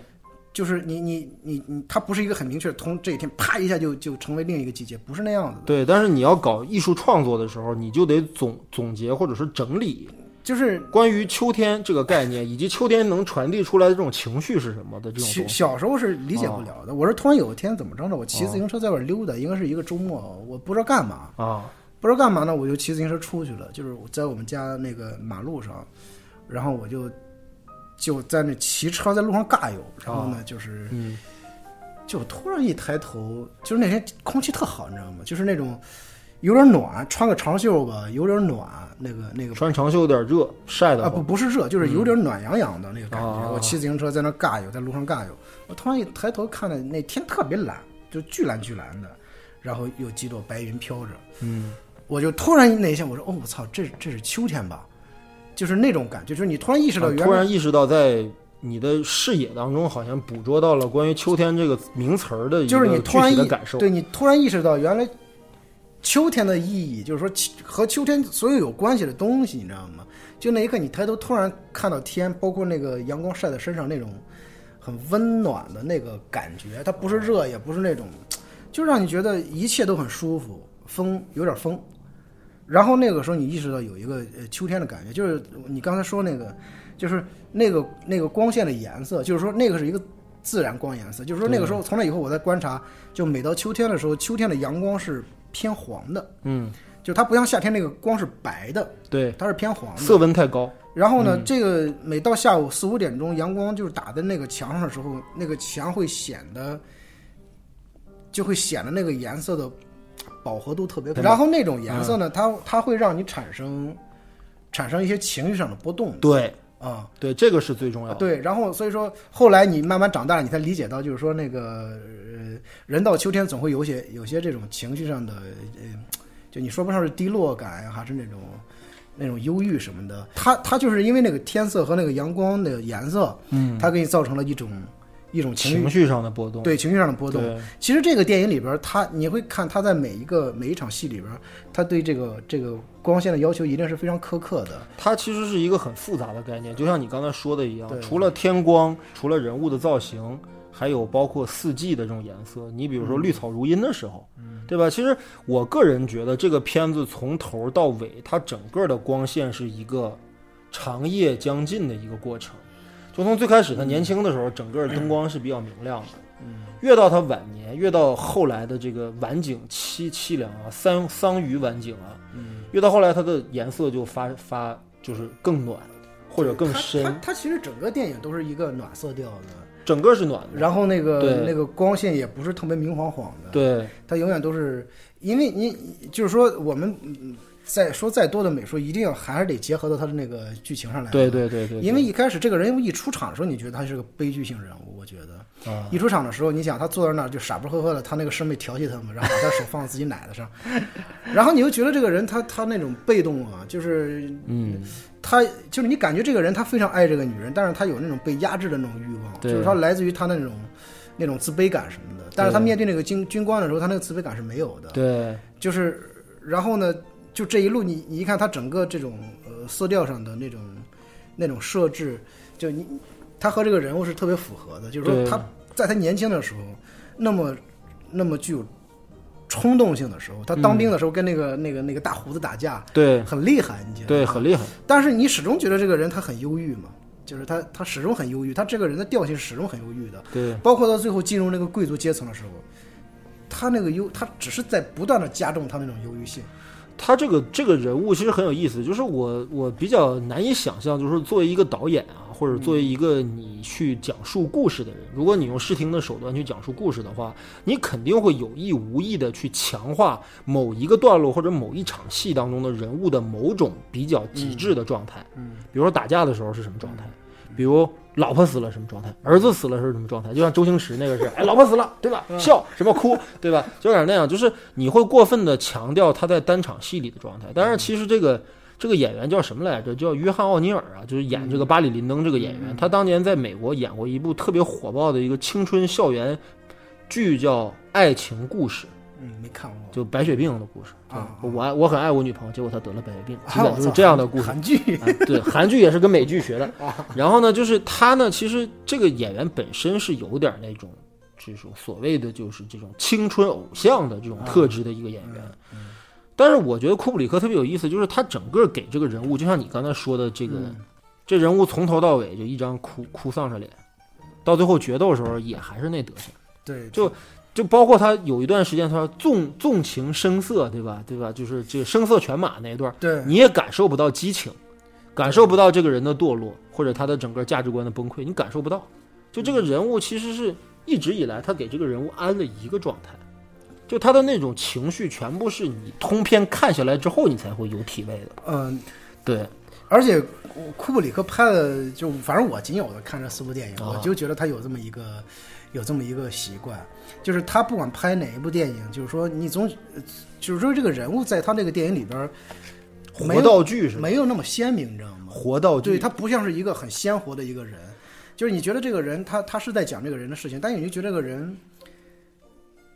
S2: 就是你你你你，它不是一个很明确的，从这一天啪一下就就成为另一个季节，不是那样子的。
S1: 对，但是你要搞艺术创作的时候，你就得总总结或者是整理
S2: 就是
S1: 关于秋天这个概念，以及秋天能传递出来的这种情绪是什么的这种
S2: 小
S1: 东西。啊
S2: 小时候是理解不了的。我是突然有一天怎么着呢？我骑自行车在外溜达，应该是一个周末，我不知道干嘛，
S1: 啊，
S2: 不知道干嘛呢，我就骑自行车出去了，就是我在我们家那个马路上，然后我就就在那骑车在路上尬游，然后呢就是
S1: 嗯，
S2: 就突然一抬头，就是那天空气特好，你知道吗？就是那种有点暖，穿个长袖吧，有点暖，那个那个
S1: 穿长袖有点热，晒的
S2: 啊，不不是热，就是有点暖洋洋的那个感觉。
S1: 哦
S2: 我骑自行车在那尬游，在路上尬游，我突然一抬头看了，那天特别蓝，就巨蓝巨蓝的，然后有几朵白云飘着，
S1: 嗯，
S2: 我就突然那一下，我说哦，我操，这这是秋天吧？就是那种感觉，就是你突然意识到
S1: 啊
S2: 原来、
S1: 突然意识到在。你的视野当中好像捕捉到了关于秋天这个名词儿的一
S2: 就
S1: 个
S2: 是你
S1: 具
S2: 突然
S1: 体的
S2: 意
S1: 感受，
S2: 对你突然意识到原来秋天的意义，就是说其和秋天所有有关系的东西，你知道吗？就那一刻，你抬头突然看到天，包括那个阳光晒在身上那种很温暖的那个感觉，它不是热，也不是那种，就让你觉得一切都很舒服，风有点风。然后那个时候你意识到有一个呃秋天的感觉，就是你刚才说那个，就是那个那个光线的颜色，就是说那个是一个自然光颜色，就是说那个时候从那以后我在观察，就每到秋天的时候，秋天的阳光是偏黄的，
S1: 嗯，
S2: 就它不像夏天那个光是白的，
S1: 对，嗯
S2: 它是偏黄的。
S1: 色温太高，
S2: 然后呢，这个每到下午四五点钟，阳光就是打在那个墙上的时候，那个墙会显得，就会显得那个颜色的饱和度特别
S1: 对
S2: 高。
S1: 嗯
S2: 然后那种颜色呢，它它会让你产生产生一些情绪上的波动
S1: 对
S2: 啊、
S1: 对，这个是最重要的。
S2: 对。然后所以说，后来你慢慢长大了，你才理解到，就是说那个呃，人到秋天总会有些有些这种情绪上的呃，就你说不上是低落感啊呀，还是那种那种忧郁什么的。它它就是因为那个天色和那个阳光的颜色，嗯，它给你造成了一种一种情绪
S1: 情绪上的波动，
S2: 对情绪上的波动。
S1: 对
S2: 其实这个电影里边儿，它你会看它在每一个每一场戏里边儿，它对这个这个光线的要求一定是非常苛刻的。
S1: 它其实是一个很复杂的概念，就像你刚才说的一
S2: 对
S1: 样，除了天光，除了人物的造型，还有包括四季的这种颜色。你比如
S2: 嗯
S1: 说绿草如茵的时候，对吧？其实我个人觉得这个片子从头到尾，它整个的光线是一个长夜将近的一个过程。就从最开始他年轻的时候，整个灯光是比较明亮的。嗯越到他晚年，越到后来的这个晚景凄凄凉啊，桑桑榆晚景啊，越到后来它的颜色就发发就是更暖或者更
S2: 它它
S1: 深，
S2: 它其实整个电影都是一个暖色调的，
S1: 整个是暖的。
S2: 然后那个
S1: 对
S2: 那个光线也不是特别明晃晃的，
S1: 对，
S2: 它永远都是因为你就是说我们嗯再说再多的美术，一定要还是得结合到它的那个剧情上来。
S1: 对对对对，
S2: 因为一开始这个人一出场的时候，你觉得他是个悲剧性人物，我觉得。
S1: 对啊，
S2: 一出场的时候，你想他坐在那儿就傻不呵呵的，他那个师妹调戏他嘛，然后把他手放在自己奶子上，然后你又觉得这个人他他那种被动啊，就是
S1: 嗯，
S2: 他就是你感觉这个人他非常爱这个女人，但是他有那种被压制的那种欲望，就
S1: 对
S2: 是他来自于他那种那种自卑感什么的。但是他
S1: 对
S2: 面对那个军军官的时候，他那个自卑感是没有的。
S1: 对
S2: 就是然后呢，就这一路你你一看他整个这种呃色调上的那种那种设置，就你他和这个人物是特别符合的，就是说
S1: 对
S2: 他在他年轻的时候，那么那么具有冲动性的时候，他当兵的时候跟那个、那个那个大胡子打架
S1: 嗯对
S2: 很厉害，你觉得？
S1: 对，很厉害，
S2: 但是你始终觉得这个人他很忧郁嘛，就是他他始终很忧郁，他这个人的调性始终很忧郁的，
S1: 对
S2: 包括到最后进入那个贵族阶层的时候，他那个忧，他只是在不断的加重他那种忧郁性。
S1: 他这个这个人物其实很有意思，就是我我比较难以想象，就是作为一个导演啊，或者作为一个你去讲述故事的人，如果你用视听的手段去讲述故事的话，你肯定会有意无意的去强化某一个段落或者某一场戏当中的人物的某种比较极致的状态。
S2: 嗯，
S1: 比如说打架的时候是什么状态，比如老婆死了什么状态，儿子死了是什么状态，就像周星驰 那个是，哎，老婆死了，对吧？
S2: 嗯
S1: 笑什么哭，对吧？就有点那样，就是你会过分的强调他在单场戏里的状态，但是其实这个。这个演员叫什么来着？叫约翰·奥尼尔啊，就是演这个巴里·林登这个演员。
S2: 嗯
S1: 他当年在美国演过一部特别火爆的一个青春校园剧，叫《爱情故事》。
S2: 嗯，没看过
S1: 就白血病的故事
S2: 啊
S1: 我爱我很爱我女朋友，结果她得了白血病，基
S2: 啊
S1: 本
S2: 我
S1: 就是
S2: 操
S1: 这样的故事。
S2: 韩剧。
S1: 啊对，韩剧也是跟美剧学的。然后呢，就是他呢，其实这个演员本身是有点那种，这种所谓的就是这种青春偶像的这种特质的一个演员。但是我觉得库布里克特别有意思，就是他整个给这个人物，就像你刚才说的，这个、这人物从头到尾就一张哭哭丧着脸，到最后决斗的时候也还是那德行。
S2: 对，
S1: 就就包括他有一段时间，他说纵纵情声色，对吧？对吧？就是这个声色犬马那一段，
S2: 对
S1: 你也感受不到激情，感受不到这个人的堕落或者他的整个价值观的崩溃，你感受不到。就这个人物其实是一直以来他给这个人物安了一个状态，就他的那种情绪全部是你通篇看下来之后你才会有体味的。
S2: 嗯、
S1: 对，
S2: 而且库布里克拍的，就反正我仅有的看这四部电影，
S1: 啊
S2: 我就觉得他有这么一个有这么一个习惯，就是他不管拍哪一部电影，就是说你总就是说这个人物在他这个电影里边儿没有
S1: 活道具是吧？
S2: 没有那么鲜明，你知道吗？
S1: 活道具
S2: 对他不像是一个很鲜活的一个人，就是你觉得这个人他他是在讲这个人的事情，但是你就觉得这个人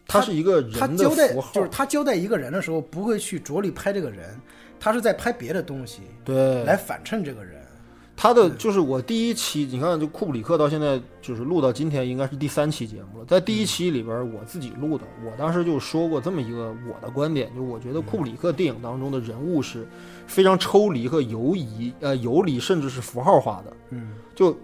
S1: 它是一个
S2: 他
S1: 人的
S2: 交代
S1: 符号，
S2: 就是他交代一个人的时候不会去着力拍这个人，他是在拍别的东西
S1: 对
S2: 来反衬这个人。
S1: 他的嗯就是我第一期，你看，就库布里克到现在就是录到今天，应该是第三期节目了。在第一期里边儿，我自己录的，我当时就说过这么一个我的观点，就是我觉得库布里克电影当中的人物是非常抽离和游移，呃，游离甚至是符号化的。
S2: 嗯
S1: 就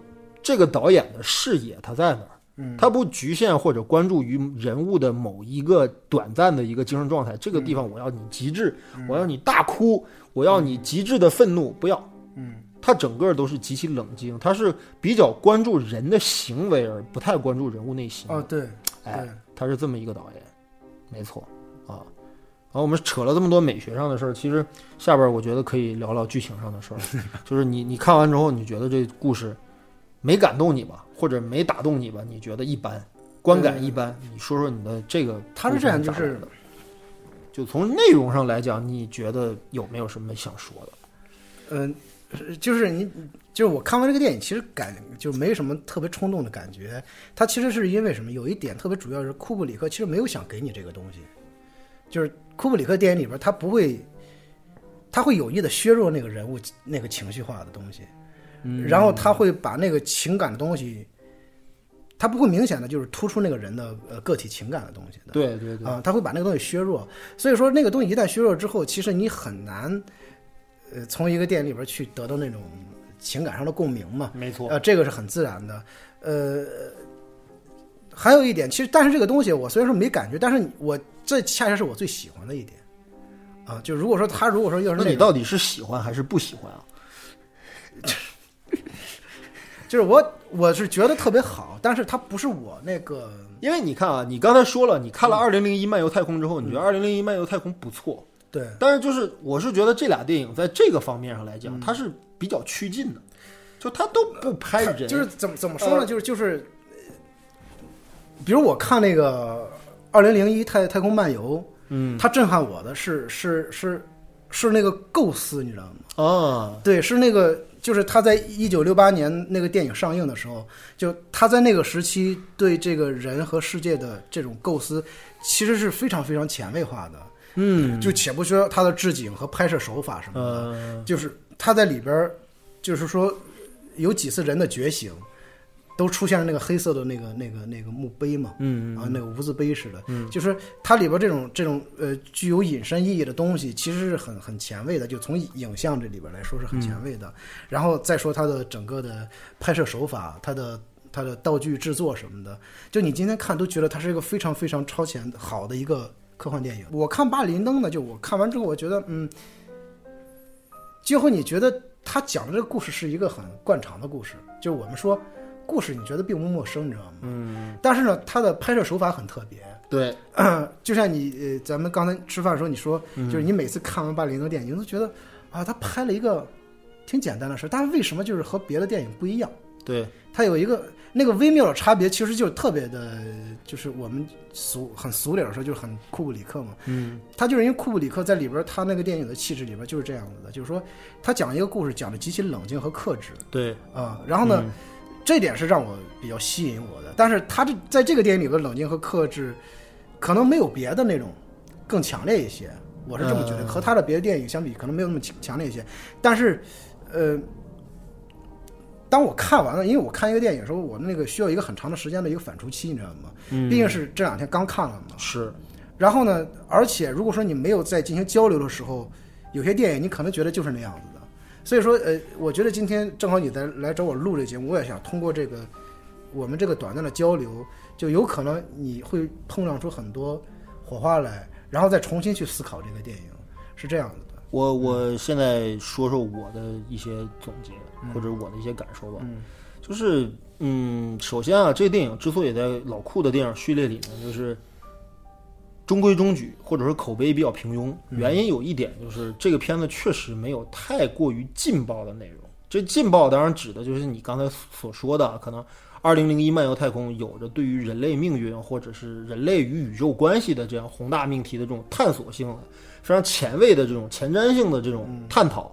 S1: 这个导演的视野，他在哪儿？
S2: 嗯，
S1: 他不局限或者关注于人物的某一个短暂的一个精神状态，这个地方我要你极致，我要你大哭，我要你极致的愤怒，不要。
S2: 嗯
S1: 他整个都是极其冷静，他是比较关注人的行为，而不太关注人物内心。
S2: 哦对
S1: 哎
S2: 对，
S1: 他是这么一个导演，没错啊。然后我们扯了这么多美学上的事儿，其实下边我觉得可以聊聊剧情上的事 儿，就是你你看完之后，你觉得这故事没感动你吧，或者没打动你吧？你觉得一般，观感一般，你说说你的这个
S2: 他是这样，就
S1: 部分咋
S2: 是
S1: 样的就从内容上来讲，你觉得有没有什么想说的？
S2: 嗯、是就是你就是我看完这个电影，其实感就没什么特别冲动的感觉。他其实是因为什么？有一点特别主要是库布里克其实没有想给你这个东西，就是库布里克电影里边他不会，他会有意的削弱那个人物那个情绪化的东西，
S1: 嗯
S2: 嗯然后他会把那个情感的东西，他不会明显的就是突出那个人的呃个体情感的东西的。
S1: 对对对，
S2: 啊，他会把那个东西削弱。所以说，那个东西一旦削弱之后，其实你很难，呃，从一个电影里边去得到那种情感上的共鸣嘛。
S1: 没错，
S2: 呃，这个是很自然的。呃，还有一点，其实但是这个东西我虽然说没感觉，但是我这恰恰是我最喜欢的一点。啊，就如果说他如果说要
S1: 那
S2: 是
S1: 你
S2: 种
S1: 到底是喜欢还是不喜欢啊？
S2: 就是我我是觉得特别好，但是它不是我那个
S1: 因为你看啊，你刚才说了，你看
S2: 嗯
S1: 了《二零零一漫游太空》之后，你觉得《二零零一漫游太空》不错，
S2: 对
S1: 但是就是我是觉得这俩电影在这个方面上来
S2: 嗯
S1: 讲，它是比较趋近的，就它都不拍人，嗯
S2: 就是怎么怎么说呢？就是就是，呃比如我看那个《二零零一太太空漫游》，
S1: 嗯
S2: 它震撼我的是是是是那个构思，你知道吗？
S1: 啊，
S2: 对，是那个，就是他在一九六八年那个电影上映的时候，就他在那个时期对这个人和世界的这种构思，其实是非常非常前卫化的。
S1: 嗯，
S2: 就且不说他的置景和拍摄手法什么的，
S1: 呃，
S2: 就是他在里边儿，就是说有几次人的觉醒，都出现了那个黑色的那个那个那个墓碑嘛。
S1: 嗯
S2: 啊，那个无字碑似的，就是它里边这种这种呃具有引申意义的东西，其实是很很前卫的，就从影像这里边来说是很前卫的。然后再说它的整个的拍摄手法，它的它的道具制作什么的，就你今天看都觉得它是一个非常非常超前的好的一个科幻电影。我看《巴里林登》呢，就我看完之后，我觉得嗯，最后你觉得他讲的这个故事是一个很惯常的故事，就是我们说故事，你觉得并不陌生，你知道吗？但是呢，它的拍摄手法很特别，
S1: 对，
S2: 就像你呃，咱们刚才吃饭的时候你说，就是你每次看完《巴里诺电影，你都觉得啊，他拍了一个挺简单的事儿，但是为什么就是和别的电影不一样？
S1: 对，
S2: 它有一个那个微妙的差别，其实就是特别的，就是我们俗很俗点儿说，就是很库布里克嘛。
S1: 嗯
S2: 他就是因为库布里克在里边儿，他那个电影的气质里边儿就是这样子的，就是说他讲一个故事讲的极其冷静和克制，
S1: 对，
S2: 啊、然后呢，
S1: 嗯
S2: 这点是让我比较吸引我的。但是他这在这个电影里的冷静和克制，可能没有别的那种更强烈一些，我是这么觉得。
S1: 嗯
S2: 和他的别的电影相比，可能没有那么强强烈一些。但是，呃，当我看完了，因为我看一个电影的时候，我那个需要一个很长的时间的一个反刍期，你知道吗？
S1: 嗯
S2: 毕竟是这两天刚看了嘛。
S1: 是，
S2: 然后呢，而且如果说你没有在进行交流的时候，有些电影你可能觉得就是那样子的。所以说，呃，我觉得今天正好你来来找我录这节目，我也想通过这个我们这个短暂的交流，就有可能你会碰撞出很多火花来，然后再重新去思考这个电影，是这样子的。
S1: 我我现在说说我的一些总结，或者我的一些感受吧。就是嗯，首先啊，这个电影之所以在老库的电影序列里面，就是中规中矩，或者说口碑比较平庸。原因有一点就是这个片子确实没有太过于劲爆的内容。这劲爆当然指的就是你刚才所说的，啊可能《二零零一漫游太空》有着对于人类命运或者是人类与宇宙关系的这样宏大命题的这种探索性的、非常前卫的这种前瞻性的这种探讨。
S2: 嗯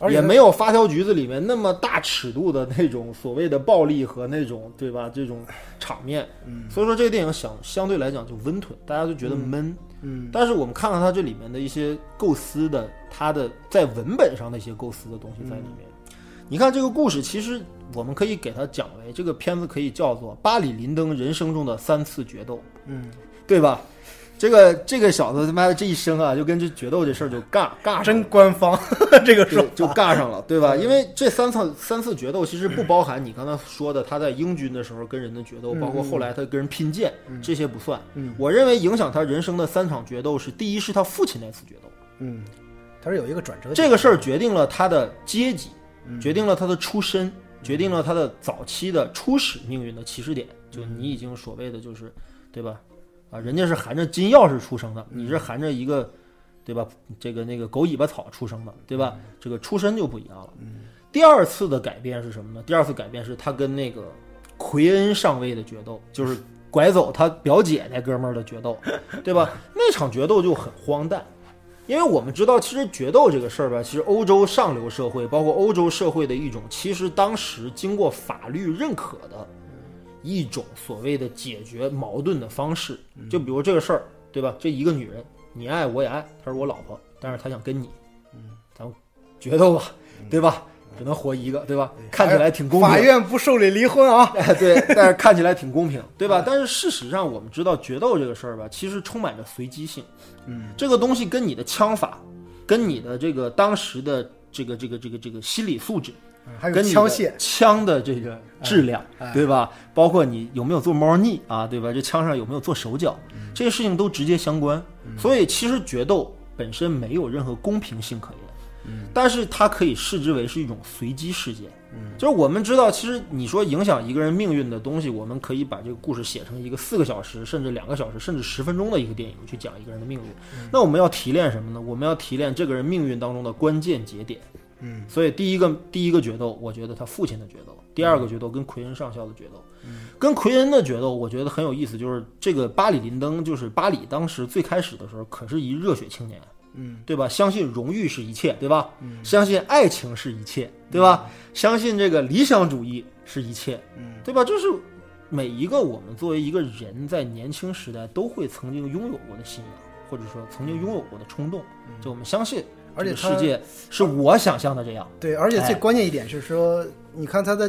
S2: 而且
S1: 也没有发条橘子里面那么大尺度的那种所谓的暴力和那种对吧这种场面，所以说这个电影想相对来讲就温吞，大家就觉得闷。
S2: 嗯嗯，
S1: 但是我们看看它这里面的一些构思的，它的在文本上的一些构思的东西在里面。
S2: 嗯
S1: 你看这个故事，其实我们可以给它讲为这个片子可以叫做巴里林登人生中的三次决斗，
S2: 嗯，
S1: 对吧？这个这个小子他妈的这一生啊，就跟这决斗这事儿就尬尬上了
S2: 真 官方这个说
S1: 就就尬上了，对吧？因为这三次三次决斗其实不包含你刚才说的他在英军的时候跟人的决斗，包括后来他跟人拼剑，这些不算。我认为影响他人生的三场决斗是：第一是他父亲那次决斗，
S2: 嗯，它是有一个转折点。
S1: 这个事儿决定了他的阶级，决定了他的出身，决定了他的早期的初始命运的起始点。就你已经所谓的就是，对吧？啊，人家是含着金钥匙出生的，你是含着一个，对吧？这个那个狗尾巴草出生的，对吧？这个出身就不一样了。第二次的改变是什么呢？第二次改变是他跟那个奎恩上尉的决斗，就是拐走他表姐那哥们儿的决斗，对吧？那场决斗就很荒诞。因为我们知道，其实决斗这个事儿吧，其实欧洲上流社会，包括欧洲社会的一种，其实当时经过法律认可的一种所谓的解决矛盾的方式。就比如这个事儿，对吧？这一个女人，你爱我也爱，她是我老婆，但是她想跟你，咱们决斗吧，对吧？只能活一个，对吧？看起来挺公平。
S2: 法院不受理离婚啊。嗯
S1: 哎， 对，但是 看起来挺公平，对吧？但是事实上，我们知道决斗这个事儿吧，其实充满着随机性。
S2: 嗯，
S1: 这个东西跟你的枪法，跟你的这个当时的这个这个这个这个心理素质，
S2: 还有
S1: 跟你
S2: 枪械
S1: 的，枪的这个质量，
S2: 哎哎
S1: 对吧？包括你有没有做猫腻啊，对吧？这枪上有没有做手脚，
S2: 嗯
S1: 这些事情都直接相关。所以其实决斗本身没有任何公平性可言，嗯，但是它可以视之为是一种随机事件。嗯，就是我们知道，其实你说影响一个人命运的东西，我们可以把这个故事写成一个四个小时，甚至两个小时，甚至十分钟的一个电影去讲一个人的命运。
S2: 嗯
S1: 那我们要提炼什么呢？我们要提炼这个人命运当中的关键节点。
S2: 嗯，
S1: 所以第一个第一个决斗，我觉得他父亲的决斗；第二个决斗跟奎恩上校的决斗，
S2: 嗯
S1: 跟奎恩的决斗，我觉得很有意思。就是这个巴里林登，就是巴里当时最开始的时候，可是一热血青年，
S2: 嗯，
S1: 对吧？相信荣誉是一切，对吧？相信爱情是一切，对吧？相信这个理想主义是一切，
S2: 嗯，
S1: 对吧？这是每一个我们作为一个人在年轻时代都会曾经拥有过的信仰，或者说曾经拥有过的冲动。就我们相信，
S2: 嗯而且他
S1: 世界是我想象的这样。
S2: 对，而且最
S1: 哎
S2: 关键一点是说，你看他在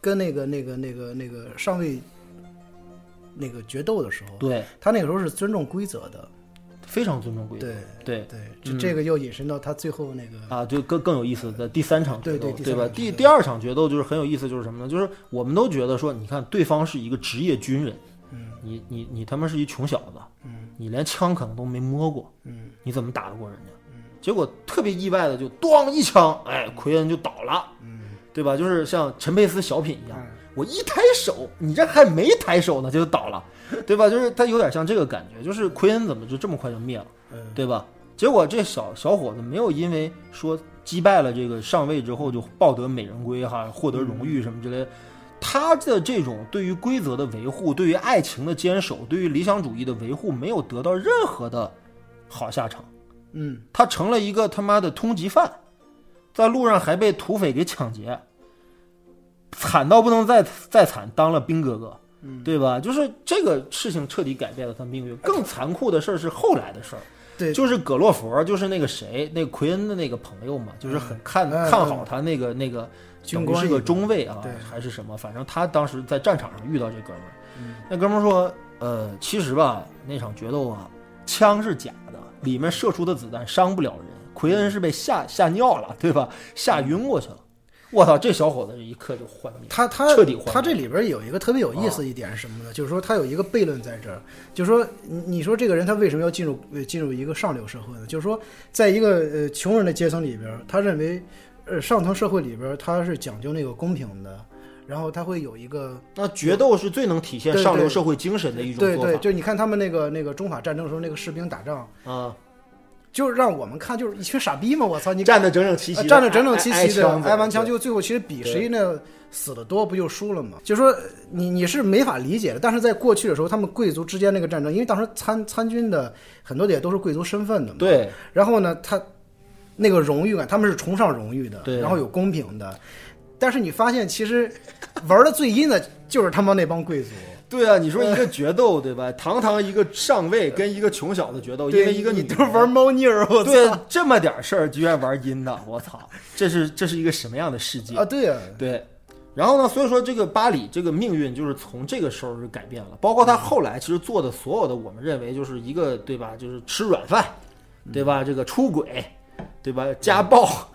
S2: 跟那个那个那个那个上尉那个决斗的时候，
S1: 对，
S2: 他那个时候是尊重规则的，
S1: 非常尊重规则。
S2: 对
S1: 对嗯
S2: 对，这这个又引申到他最后那个，
S1: 啊，就更更有意思的第三场决斗，
S2: 对对第三
S1: 吧？
S2: 场决
S1: 第
S2: 斗
S1: 第二场决斗就是很有意思，就是什么呢？就是我们都觉得说，你看对方是一个职业军人，
S2: 嗯，
S1: 你你你他妈是一穷小子，
S2: 嗯，
S1: 你连枪可能都没摸过，
S2: 嗯，
S1: 你怎么打得过人家？结果特别意外的就咣一枪，哎，奎恩就倒了，
S2: 嗯，
S1: 对吧？就是像陈佩斯小品一样
S2: 嗯，
S1: 我一抬手，你这还没抬手呢，就倒了，对吧？就是他有点像这个感觉，就是奎恩怎么就这么快就灭了？
S2: 嗯，
S1: 对吧？结果这小小伙子没有因为说击败了这个上尉之后就抱得美人归哈，获得荣誉什么之类的。他的这种对于规则的维护、对于爱情的坚守、对于理想主义的维护，没有得到任何的好下场。
S2: 嗯，
S1: 他成了一个他妈的通缉犯，在路上还被土匪给抢劫，惨到不能再再惨，当了兵哥哥，对吧？就是这个事情彻底改变了他命运。更残酷的事儿是后来的事儿，
S2: 对，
S1: 就是葛洛佛，就是那个谁，那个奎恩的那个朋友嘛，就是很看、
S2: 嗯
S1: 看好他那个那个，
S2: 军
S1: 等于
S2: 官
S1: 是个
S2: 一个
S1: 中尉啊
S2: 对，
S1: 还是什么，反正他当时在战场上遇到这哥们儿，
S2: 嗯
S1: 那哥们儿说，呃，其实吧，那场决斗啊，枪是假的，里面射出的子弹伤不了人，奎恩是被吓吓尿了，对吧？吓晕过去了。我操，这小伙子这一刻就幻灭。
S2: 他他
S1: 彻底啊换
S2: 他这里边有一个特别有意思一点是什么呢？就是说他有一个悖论在这儿，就是说你你说这个人他为什么要进入呃进入一个上流社会呢？就是说，在一个呃穷人的阶层里边儿，他认为呃上层社会里边儿他是讲究那个公平的，然后他会有一个
S1: 那决斗是最能体现
S2: 对对
S1: 上流社会精神的一种
S2: 对
S1: 做
S2: 对，
S1: 法
S2: 就你看他们那个那个中法战争的时候那个士兵打仗，
S1: 啊，
S2: 就让我们看就是一群傻逼嘛！我操，你
S1: 站得整整齐齐
S2: 呃
S1: 的，
S2: 站得整整齐
S1: 挨
S2: 齐的，挨
S1: 枪
S2: 完枪
S1: 子
S2: 就最后其实比谁呢死的多，不就输了吗？就说呃你你是没法理解的，但是在过去的时候，他们贵族之间那个战争，因为当时参参军的很多的也都是贵族身份的嘛，
S1: 对。对
S2: 然后呢，他那个荣誉感，他们是崇尚荣誉的，
S1: 对
S2: 然后有公平的，但是你发现其实玩的最阴的就是他妈那帮贵族，
S1: 对啊，你说一个决斗，对吧？堂堂一个上尉跟一个穷小子决斗， 因为一个
S2: 你
S1: 女
S2: 都
S1: 人
S2: 玩猫腻儿，我操
S1: 对 这么点事儿，居然玩阴的，我 操！这是这是一个什么样的世界
S2: 啊，？对啊，
S1: 对。然后呢，所以说这个巴里这个命运就是从这个时候就改变了，包括他后来其实做的所有的，我们认为就是一个对吧，就是吃软饭，对吧？这个出轨，嗯对嗯吧？家暴，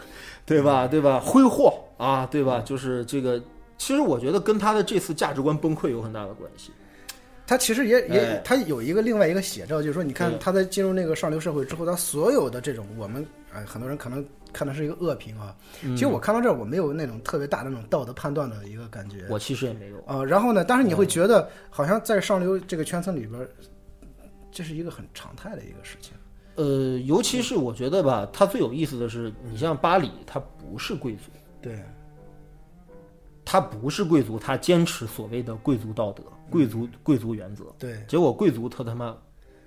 S1: 对吧？对吧？挥霍啊，对吧？就是这个，其实我觉得跟他的这次价值观崩溃有很大的关系。
S2: 他其实也也
S1: 哎，
S2: 他有一个另外一个写照，就是说，你看
S1: 对
S2: 他在进入那个上流社会之后，他所有的这种我们呃很多人可能看的是一个恶评啊。
S1: 嗯
S2: 其实我看到这儿，我没有那种特别大的那种道德判断的一个感觉。
S1: 我其实也没有。
S2: 呃，然后呢，但是
S1: 嗯
S2: 你会觉得好像在上流这个圈层里边儿，这是一个很常态的一个事情。
S1: 呃，尤其是我觉得吧，它最有意思的是，你像巴里，他不是贵族，
S2: 对，
S1: 他不是贵族，他坚持所谓的贵族道德、贵族贵族原则，
S2: 对，
S1: 结果贵族他他妈嗯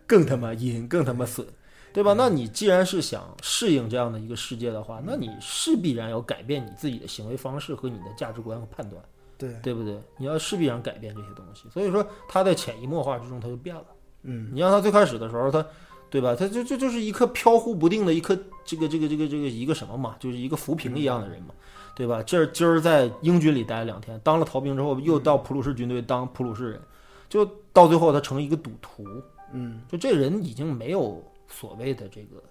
S1: 更他妈阴，更他妈损，嗯对吧？那你既然是想适应这样的一个世界的话，那你势必然要改变你自己的行为方式和你的价值观和判断，
S2: 对，
S1: 对不对？你要势必然改变这些东西，所以说他在潜移默化之中他就变了。
S2: 嗯，
S1: 你让他最开始的时候，他，对吧？他就就就是一颗飘忽不定的一颗这个这个这个这个一个什么嘛，就是一个浮萍一样的人嘛，
S2: 嗯
S1: 对吧？这儿今儿在英军里待了两天，当了逃兵之后，
S2: 嗯
S1: 又到普鲁士军队当普鲁士人，就到最后他成一个赌徒，
S2: 嗯，
S1: 就这人已经没有所谓的这个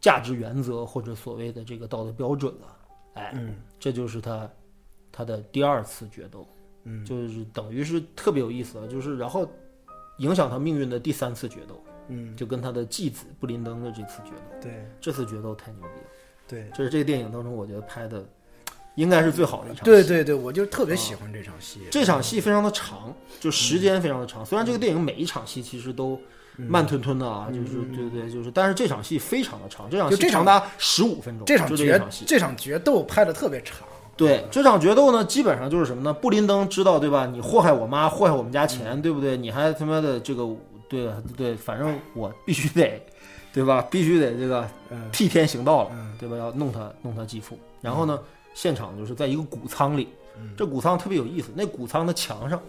S1: 价值原则或者所谓的这个道德标准了，哎，
S2: 嗯
S1: 这就是他他的第二次决斗，
S2: 嗯，
S1: 就是等于是特别有意思啊，就是然后影响他命运的第三次决斗，
S2: 嗯，
S1: 就跟他的继子布林登的这次决斗，
S2: 对。
S1: 这次决斗太牛逼了，
S2: 对
S1: 这是这个电影当中我觉得拍的应该是最好的一场戏。啊
S2: 对对对，我就特别喜欢这场戏。
S1: 这场戏非常的长，就时间非常的长。虽然这个电影每一场戏其实都
S2: 嗯
S1: 慢吞吞的啊，就是对对，就是，但是这场戏非常的长，这场
S2: 就
S1: 戏
S2: 这场
S1: 长达十五分钟，
S2: 这场
S1: 就
S2: 决
S1: 一场戏。
S2: 这场决斗拍的特别长，
S1: 对这场决斗呢，基本上就是什么呢？布林登知道对吧？你祸害我妈，祸害我们家钱，对不对？你还他妈的这个，对对，反正我必须得，对吧？必须得这个
S2: 嗯
S1: 替天行道了，
S2: 嗯
S1: 对吧？要弄他，弄他继父。然后呢，现场就是在一个谷仓里，这谷仓特别有意思。那谷仓的墙上，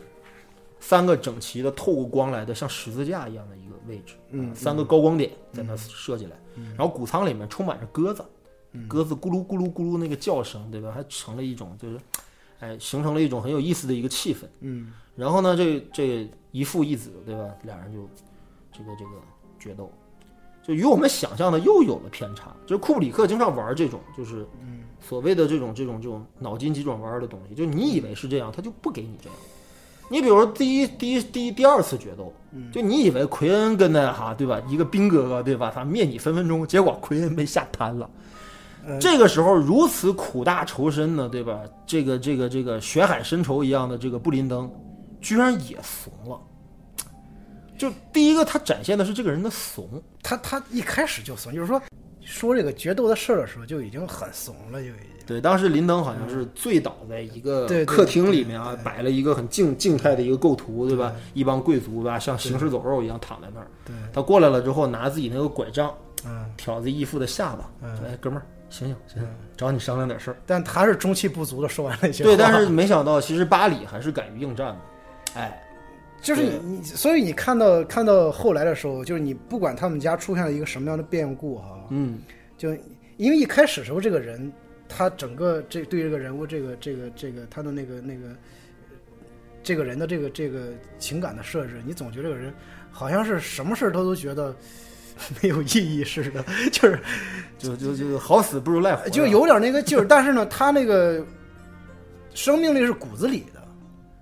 S1: 三个整齐的透过光来的像十字架一样的一个位置，
S2: 嗯
S1: 三个高光点在那射进来。然后谷仓里面充满着鸽子，鸽子咕噜咕噜咕噜那个叫声，对吧？还成了一种就是，哎，形成了一种很有意思的一个气氛。
S2: 嗯，
S1: 然后呢，这这一父一子，对吧？俩人就这个这个决斗，就与我们想象的又有了偏差。就是库布里克经常玩这种，就是所谓的这种这种这种脑筋急转弯的东西，就你以为是这样，他就不给你这样。你比如说第一第一第一第二次决斗，就你以为奎恩跟那哈对吧，一个兵哥哥对吧，他灭你分分钟，结果奎恩被吓瘫了。
S2: 嗯
S1: 这个时候如此苦大仇深呢，对吧？这个这个这个血海深仇一样的这个布林登，居然也怂了。就第一个，他展现的是这个人的怂，
S2: 他他一开始就怂，就是说说这个决斗的事儿的时候就已经很怂了，就已经。
S1: 对，当时林登好像是醉倒在一个
S2: 对对
S1: 客厅里面啊，摆了一个很静静态的一个构图，对吧？一帮贵族吧，像行尸走肉一样躺在那儿。
S2: 对，
S1: 他过来了之后，拿自己那个拐杖
S2: 嗯，
S1: 挑着义父的下巴，
S2: 嗯
S1: 说：“哎，哥们儿，醒醒醒醒，找你商量点事儿。
S2: 但他是中气不足的说完那些话。
S1: 对，但是没想到，其实巴里还是敢于应战的。哎，
S2: 就是你
S1: 对
S2: 你，所以你看到看到后来的时候，就是你不管他们家出现了一个什么样的变故哈、
S1: 嗯，
S2: 就因为一开始的时候这个人，他整个这对这个人物这个这个这个他的那个那个这个人的这个这个情感的设置，你总觉得这个人好像是什么事儿他都觉得 没有意义似的， 就是
S1: 就就就好死不如赖活着，
S2: 就有点那个劲儿，但是呢，他那个生命力是骨子里的，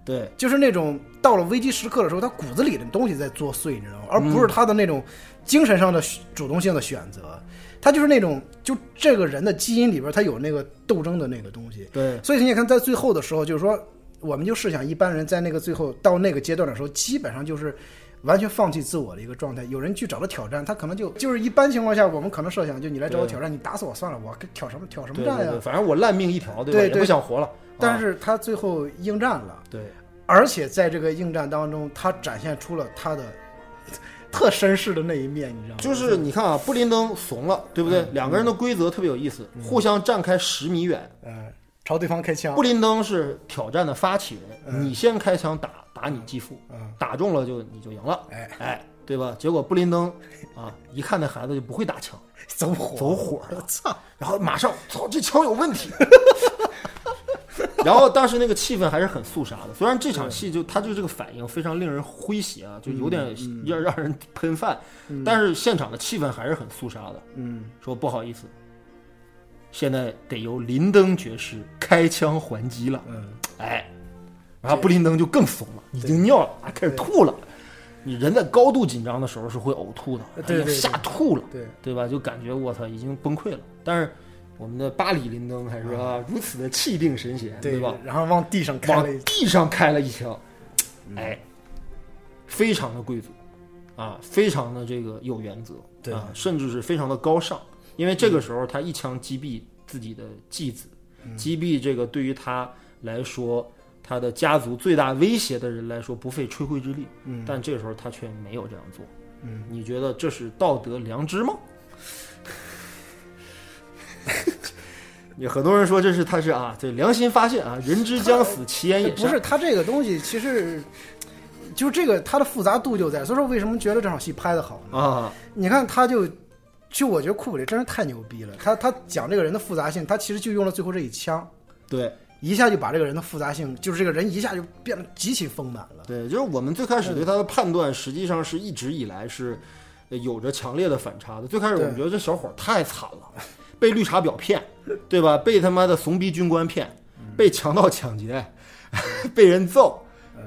S1: 对
S2: 就是那种到了危机时刻的时候，他骨子里的东西在作祟，你知道吗？而不是他的那种精神上的选主动性的选择，他就是那种就这个人的基因里边他有那个斗争的那个东西。
S1: 对
S2: 所以你也看，在最后的时候，就是说，我们就试想一般人在那个最后到那个阶段的时候，基本上就是。完全放弃自我的一个状态，有人去找他挑战，他可能就就是一般情况下，我们可能设想，就你来找我
S1: 对
S2: 挑战，你打死我算了，我跟挑什么挑什
S1: 对
S2: 么
S1: 对
S2: 战呀、
S1: 对，反正我烂命一条，对吧？
S2: 对
S1: 也
S2: 对
S1: 不想活了。
S2: 但
S1: 啊
S2: 是他最后应战了，
S1: 对
S2: 而且在这个应战当中，他展现出了他的特绅士的那一面，你知道吗？
S1: 就是你看啊，布林登怂了，对不对？两个人的规则特别有意思，互相站开十米远。
S2: 呃，朝对方开枪
S1: 布，林登是挑战的发起人，你先开枪打打你继父，
S2: 嗯
S1: 打中了就你就赢了，
S2: 哎
S1: 哎，对吧？结果布林登啊，一看那孩子就不会打枪，
S2: 走火，
S1: 走火了，
S2: 操！
S1: 然后马上操，这枪有问题。 然后当时那个气氛还是很肃杀的，虽然这场戏就他就这个反应非常令人诙谐啊，就有点要让人喷饭，但是现场的气氛还是很肃杀的。
S2: 嗯，
S1: 说不好意思，现在得由林登爵士开枪还击了。
S2: 嗯，
S1: 哎，然后布林登就更怂了，已经尿了，啊开始吐了。你人在高度紧张的时候是会呕吐的，
S2: 对
S1: 哎呀
S2: 对对
S1: 吓吐了，
S2: 对，
S1: 对吧？就感觉我操已经崩溃了。但是我们的巴里林登还是啊如此的气定神闲，对吧？
S2: 然后往地上开
S1: 往
S2: 了嗯一，
S1: 地上开了一枪，哎，非常的贵族啊，非常的这个有原则，
S2: 对嗯
S1: 啊，甚至是非常的高尚，因为这个时候他一枪击毙自己的继子，击毙这个对于他来说。他的家族最大威胁的人来说不费吹灰之力，
S2: 嗯
S1: 但这个时候他却没有这样做。
S2: 嗯，
S1: 你觉得这是道德良知吗？ 也很多人说这是他是啊，这良心发现啊，人之将死，其言也善。
S2: 不是他这个东西，其实就这个它的复杂度就在，所以说为什么觉得这场戏拍的好呢？
S1: 啊，
S2: 你看他就。就我觉得库布里真是太牛逼了，他他讲这个人的复杂性，他其实就用了最后这一枪，
S1: 对
S2: 一下就把这个人的复杂性，就是这个人一下就变得极其丰满了。
S1: 对，就是我们最开始对他的判断，实际上是一直以来是呃有着强烈的反差的。最开始我们
S2: 对
S1: 觉得这小伙儿太惨了，被绿茶婊骗，对吧？被他妈的怂逼军官骗，被强盗抢劫， 被人揍。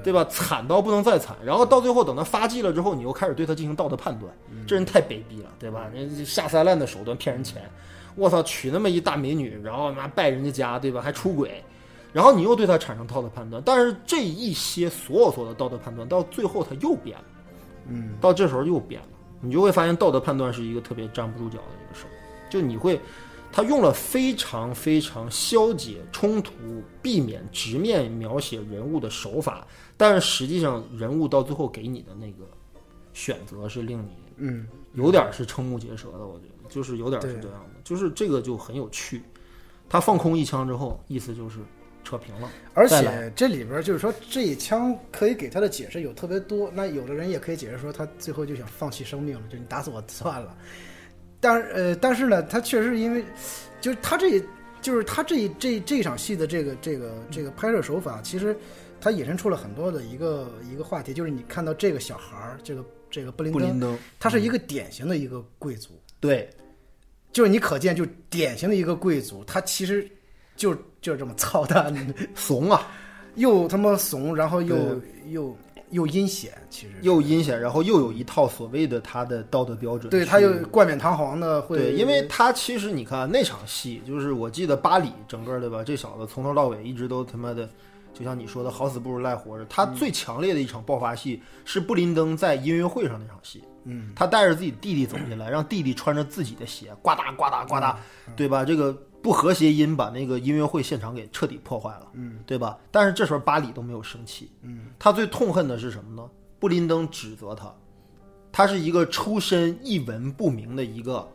S1: 对吧？惨到不能再惨，然后到最后等他发迹了之后，你又开始对他进行道德判断，这人太卑鄙了，对吧？人家下三滥的手段骗人钱，我操，娶那么一大美女，然后妈拜人家家，对吧？还出轨，然后你又对他产生道德判断，但是这一些所有所有的道德判断，到最后他又变了，
S2: 嗯，
S1: 到这时候又变了，你就会发现道德判断是一个特别站不住脚的一个事儿，就你会。他用了非常非常消解冲突、避免直面描写人物的手法，但是实际上人物到最后给你的那个选择是令你
S2: 嗯，
S1: 有点是瞠目结舌的，我觉得就是有点是这样的，就是这个就很有趣。他放空一枪之后，意思就是扯平了，
S2: 而
S1: 再
S2: 且这里边儿就是说这一枪可以给他的解释有特别多，那有的人也可以解释说他最后就想放弃生命了，就你打死我算了。但是呃，但是呢，他确实因为就是他这就是他这这这场戏的这个这个这个拍摄手法，其实它引申出了很多的一个一个话题，就是你看到这个小孩儿，这个这个布林
S1: 布
S2: 登，
S1: 林登
S2: 他是一个典型的一个贵族，
S1: 对
S2: 就是你可见就典型的一个贵族，他其实就就是这么操蛋的。
S1: 怂啊，
S2: 又他妈怂，然后又又又阴险，其实
S1: 又阴险，然后又有一套所谓的他的道德标准，
S2: 对他又冠冕堂皇的会，
S1: 对，因为他其实你看那场戏，就是我记得巴里整个对吧？这小子从头到尾一直都他妈的，就像你说的，好死不如赖活着。他最强烈的一场爆发戏是布林登在音乐会上那场戏，
S2: 嗯，
S1: 他带着自己弟弟走进来，让弟弟穿着自己的鞋，呱嗒呱嗒呱嗒，对吧？这个不和谐音把那个音乐会现场给彻底破坏了，嗯，对吧？但是这时候巴里都没有生气，嗯，他最痛恨的是什么呢？布林登指责他，他是一个出身一文不名的一个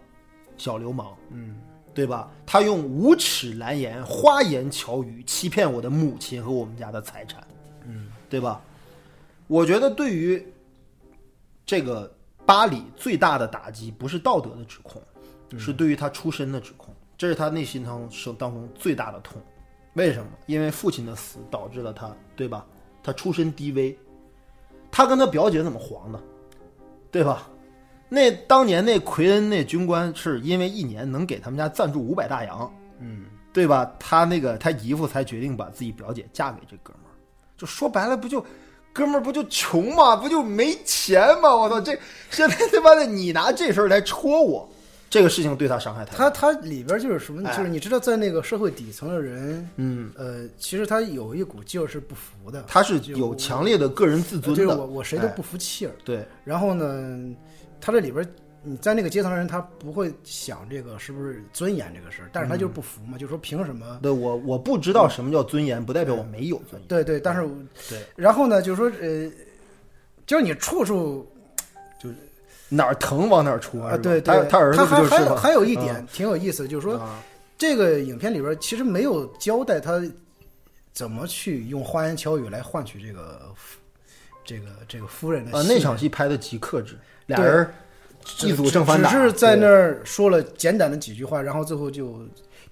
S1: 小流氓，
S2: 嗯，
S1: 对吧？他用无耻蓝言、花言巧语欺骗我的母亲和我们家的财产，嗯，对吧？我觉得对于这个巴里最大的打击不是道德的指控，是对于他出身的指控，这是他内心当中当中最大的痛。为什么？因为父亲的死导致了他，对吧？他出身低微，他跟他表姐怎么黄的，对吧？那当年那奎恩那军官是因为一年能给他们家赞助五百大洋，
S2: 嗯，
S1: 对吧？他那个他姨父才决定把自己表姐嫁给这哥们儿，就说白了不就，哥们儿不就穷嘛，不就没钱嘛？我操，这现在他妈的你拿这事儿来戳我，这个事情对他伤害太大。
S2: 他他里边就是什么，
S1: 哎
S2: 就是你知道在那个社会底层的人，
S1: 嗯，
S2: 呃，其实他有一股劲儿是不服的，
S1: 他是有强烈的个人自
S2: 就
S1: 尊
S2: 是
S1: 的，哎
S2: 我我谁都不服气儿。
S1: 对
S2: 然后呢，他这里边你在那个阶层的人，他不会想这个是不是尊严这个事儿，但是
S1: 嗯
S2: 他就是不服嘛，就说凭什么？
S1: 对，我我不知道什么叫尊严，不代表我没有尊严。
S2: 对对，但是我
S1: 对，
S2: 然后呢，就是说呃，就是你处处
S1: 哪儿疼往哪儿戳
S2: 啊，
S1: 是吧
S2: 对对，
S1: 他他儿子
S2: 他
S1: 不
S2: 还
S1: 就是
S2: 还有
S1: 吗？
S2: 还有一点挺有意思，就是说
S1: 啊
S2: 这个影片里边其实没有交代他怎么去用花言巧语来换取这个夫这个这个夫人的
S1: 啊，
S2: 信
S1: 那
S2: 任
S1: 场戏拍的极克制，俩
S2: 对
S1: 人
S2: 只
S1: 一组正反打，
S2: 只是在那
S1: 对
S2: 儿说了简短的几句话，然后最后就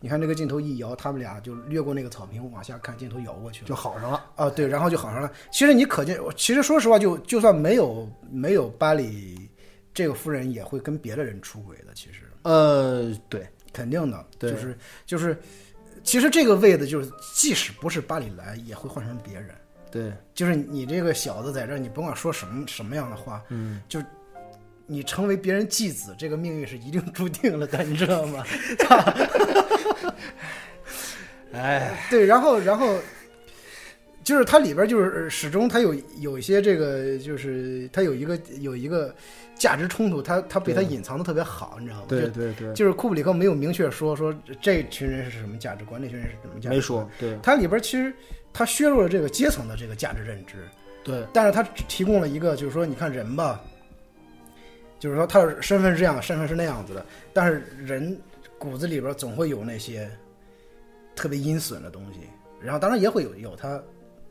S2: 你看这个镜头一摇，他们俩就越过那个草坪往下看，镜头摇过去了。
S1: 就好上了。
S2: 啊，对，然后就好上了。其实你可见，其实说实话，就就算没有没有巴里这个夫人，也会跟别的人出轨的。其实
S1: 呃，对，
S2: 肯定的，
S1: 对
S2: 就是就是，其实这个位子就是，即使不是巴里来，也会换成别人。
S1: 对，
S2: 就是你这个小子在这儿，你甭管说什么什么样的话，
S1: 嗯，
S2: 你成为别人继子，这个命运是一定注定了的，你知道吗？
S1: 哎，
S2: 对，然后然后就是它里边就是始终它有有一些这个就是它有一个有一个价值冲突，它它被它
S1: 对
S2: 隐藏的特别好，你知道吗？
S1: 对
S2: 就
S1: 对对，
S2: 就是库布里克没有明确说说这群人是什么价值观，那群人是什么价值观。
S1: 没说，对
S2: 它里边其实它削弱了这个阶层的这个价值认知，
S1: 对
S2: 但是它只提供了一个就是说你看人吧，就是说他的身份是这样，身份是那样子的，但是人骨子里边总会有那些特别阴损的东西，然后当然也会有有他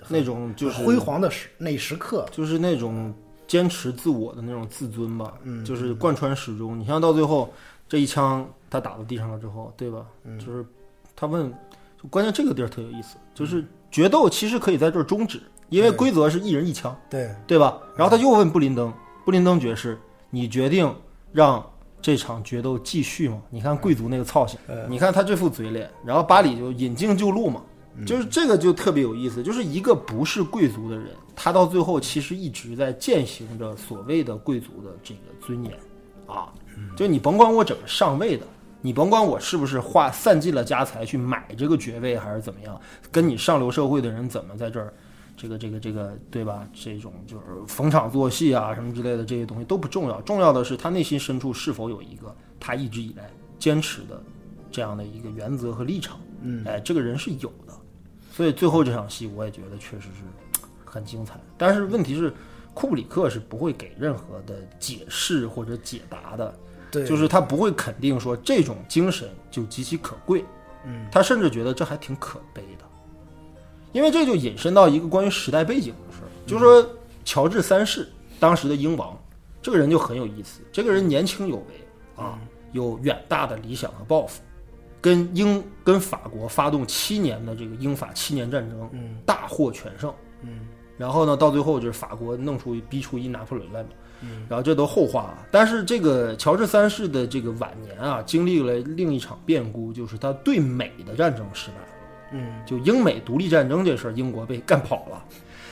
S2: 很
S1: 那种就是
S2: 辉，煌的时那时刻，
S1: 就是那种坚持自我的那种自尊吧，
S2: 嗯
S1: 就是贯穿始终。你像到最后这一枪他打到地上了之后，对吧？就是他问，就关键这个地儿特有意思，就是决斗其实可以在这儿终止，因为
S2: 对
S1: 规则是一人一枪。
S2: 对，
S1: 对吧？然后他又问布林登，布林登爵士，你决定让这场决斗继续吗？你看贵族那个操性，
S2: 呃
S1: 你看他这副嘴脸，然后巴里就引颈就戮嘛，就是这个就特别有意思，就是一个不是贵族的人，他到最后其实一直在践行着所谓的贵族的这个尊严啊，就你甭管我整个上位的，你甭管我是不是花散尽了家财去买这个爵位，还是怎么样，跟你上流社会的人怎么在这儿，这个这个这个，对吧？这种就是逢场作戏啊，什么之类的这些东西都不重要，重要的是他内心深处是否有一个他一直以来坚持的这样的一个原则和立场。
S2: 嗯，
S1: 哎，这个人是有的。所以最后这场戏，我也觉得确实是很精彩。但是问题是，库布里克是不会给任何的解释或者解答的，
S2: 对，
S1: 就是他不会肯定说这种精神就极其可贵，
S2: 嗯，
S1: 他甚至觉得这还挺可悲的，因为这就引申到一个关于时代背景的事儿，就
S2: 嗯
S1: 说乔治三世当时的英王，这个人就很有意思，这个人年轻有为
S2: 嗯
S1: 啊，有远大的理想和抱负，跟英跟法国发动七年的这个英法七年战争，
S2: 嗯
S1: 大获全胜。
S2: 嗯
S1: 然后呢，到最后就是法国弄出逼出一拿破仑来嘛，
S2: 嗯
S1: 然后这都后话了。但是这个乔治三世的这个晚年啊，经历了另一场变故，就是他对美的战争失败，
S2: 嗯
S1: 就英美独立战争这事儿，英国被干跑了，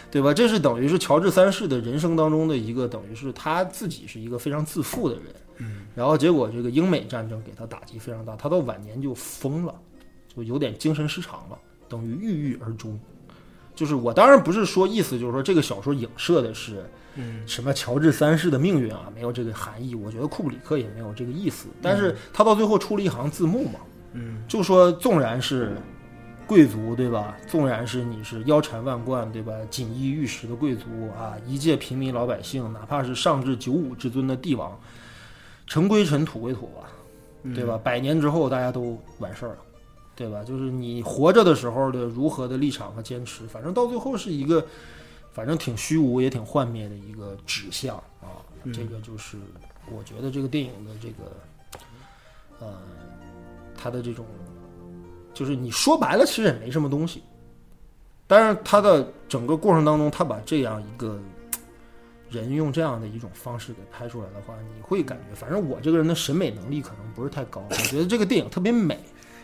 S1: 对吧？这是等于是乔治三世的人生当中的一个，等于是他自己是一个非常自负的人，
S2: 嗯，
S1: 然后结果这个英美战争给他打击非常大，他到晚年就疯了，就有点精神失常了，等于郁郁而终。就是我当然不是说意思，就是说这个小说影射的是
S2: 嗯
S1: 什么乔治三世的命运啊，没有这个含义。我觉得库布里克也没有这个意思，但是他到最后出了一行字幕嘛，
S2: 嗯
S1: 就说纵然是贵族，对吧？纵然是你是腰缠万贯，对吧？锦衣玉食的贵族啊，一介平民老百姓，哪怕是上至九五之尊的帝王，尘归尘，土归土吧，对吧？百年之后大家都完事儿了，对吧？就是你活着的时候的如何的立场和坚持，反正到最后是一个，反正挺虚无也挺幻灭的一个指向啊。
S2: 嗯
S1: 这个就是我觉得这个电影的这个，呃，它的这种，就是你说白了其实也没什么东西，但是它的整个过程当中，他把这样一个人用这样的一种方式给拍出来的话，你会感觉，反正我这个人的审美能力可能不是太高，我觉得这个电影特别美，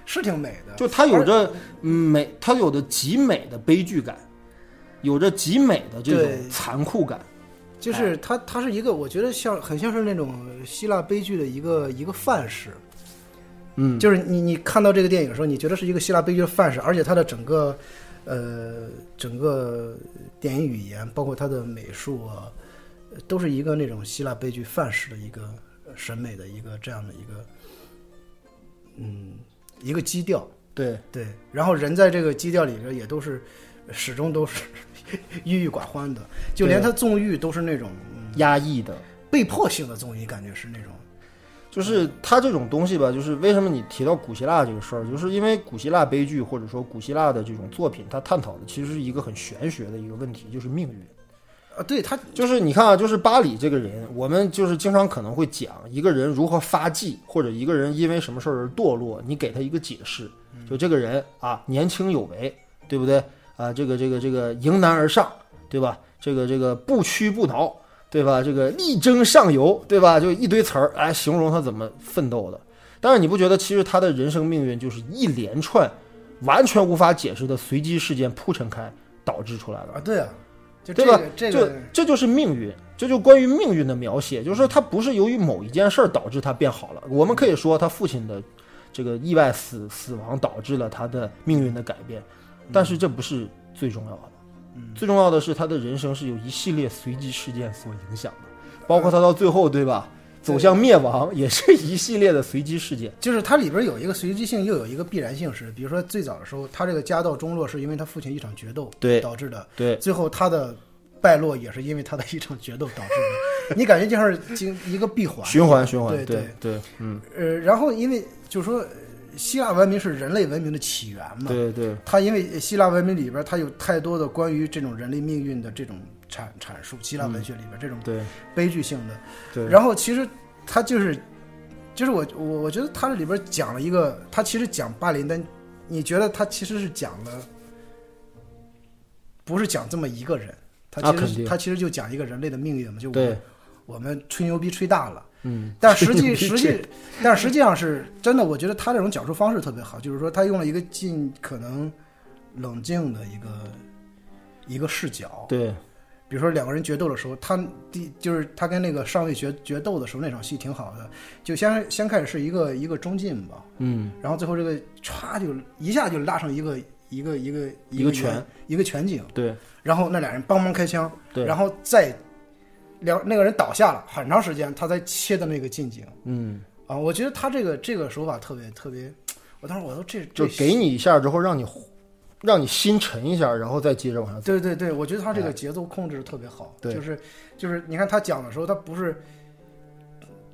S2: 是挺美的，
S1: 就它有着嗯美，它有着极美的悲剧感，有着极美的这
S2: 对
S1: 种残酷感。
S2: 就是它它是一个，我觉得像很像是那种希腊悲剧的一个一个范式，
S1: 嗯，
S2: 就是你你看到这个电影的时候，你觉得是一个希腊悲剧的范式，而且它的整个，呃，整个电影语言，包括它的美术啊，呃都是一个那种希腊悲剧范式的一个呃审美的一个这样的一个，嗯，一个基调。
S1: 对
S2: 对，然后人在这个基调里边也都是始终都是 郁郁寡欢的，就连他纵欲都是那种、嗯
S1: 压抑的，
S2: 被迫性的纵欲，感觉是那种，
S1: 就是它这种东西吧，就是为什么你提到古希腊这个事儿，就是因为古希腊悲剧或者说古希腊的这种作品，它探讨的其实是一个很玄学的一个问题，就是命运。
S2: 啊，对他，
S1: 就是你看啊，就是巴里这个人，我们就是经常可能会讲一个人如何发迹，或者一个人因为什么事儿而堕落，你给他一个解释，就这个人啊，年轻有为，对不对？啊，这个这个这个迎难而上，对吧？这个这个不屈不挠，对吧？这个力争上游，对吧？就一堆词儿来形容他怎么奋斗的。但是你不觉得其实他的人生命运就是一连串完全无法解释的随机事件铺陈开导致出来的吗
S2: 啊，？对啊，就这
S1: 对吧
S2: 个这
S1: 这
S2: 个，
S1: 这就是命运，这就关于命运的描写，就是说他不是由于某一件事儿导致他变好了，我们可以说他父亲的这个意外死死亡导致了他的命运的改变，但是这不是最重要的，
S2: 嗯
S1: 最重要的是他的人生是由一系列随机事件所影响的，包括他到最后对吧，走向灭亡也是一系列的随机事件，
S2: 就是它里边有一个随机性，又有一个必然性是，比如说最早的时候，他这个家道中落是因为他父亲一场决斗
S1: 对
S2: 导致的，
S1: 对
S2: 最后他的败落也是因为他的一场决斗导致的，你感觉就像是经一个闭环，
S1: 循环循环，
S2: 对
S1: 对对，嗯，
S2: 呃，然后因为就是说，呃希腊文明是人类文明的起源嘛，
S1: 对对
S2: 它因为希腊文明里边它有太多的关于这种人类命运的这种阐阐述，希腊文学里边这种
S1: 对
S2: 悲剧性的。
S1: 对，
S2: 然后其实它就是，就是我我我觉得它这里边讲了一个，它其实讲巴林，但你觉得它其实是讲了，不是讲这么一个人，它
S1: 啊
S2: 其
S1: 肯
S2: 实
S1: 定
S2: 它其实就讲一个人类的命运嘛，就我
S1: 对
S2: 们，我们吹牛逼吹大了。
S1: 嗯，
S2: 但实际
S1: 是
S2: 实际，但实际上是真的，我觉得他这种讲述方式特别好，就是说他用了一个尽可能冷静的一个一个视角，
S1: 对
S2: 比如说两个人决斗的时候，他第就是他跟那个上尉决决斗的时候那场戏挺好的，就先先开始是一个一个中进吧，
S1: 嗯，
S2: 然后最后这个歘就一下就拉上一个一个一个
S1: 一个
S2: 圆
S1: 拳
S2: 一个全景，
S1: 对
S2: 然后那俩人帮忙开枪，
S1: 对，
S2: 然后再两那个人倒下了很长时间，他才切的那个近景
S1: 嗯，
S2: 啊，我觉得他这个这个手法特别特别，我当时我说这
S1: 就
S2: 这
S1: 给你一下之后，让你让你心沉一下，然后再接着往下走。
S2: 对对对，我觉得他这个节奏控制得特别好，
S1: 哎对
S2: 就是就是你看他讲的时候，他不是，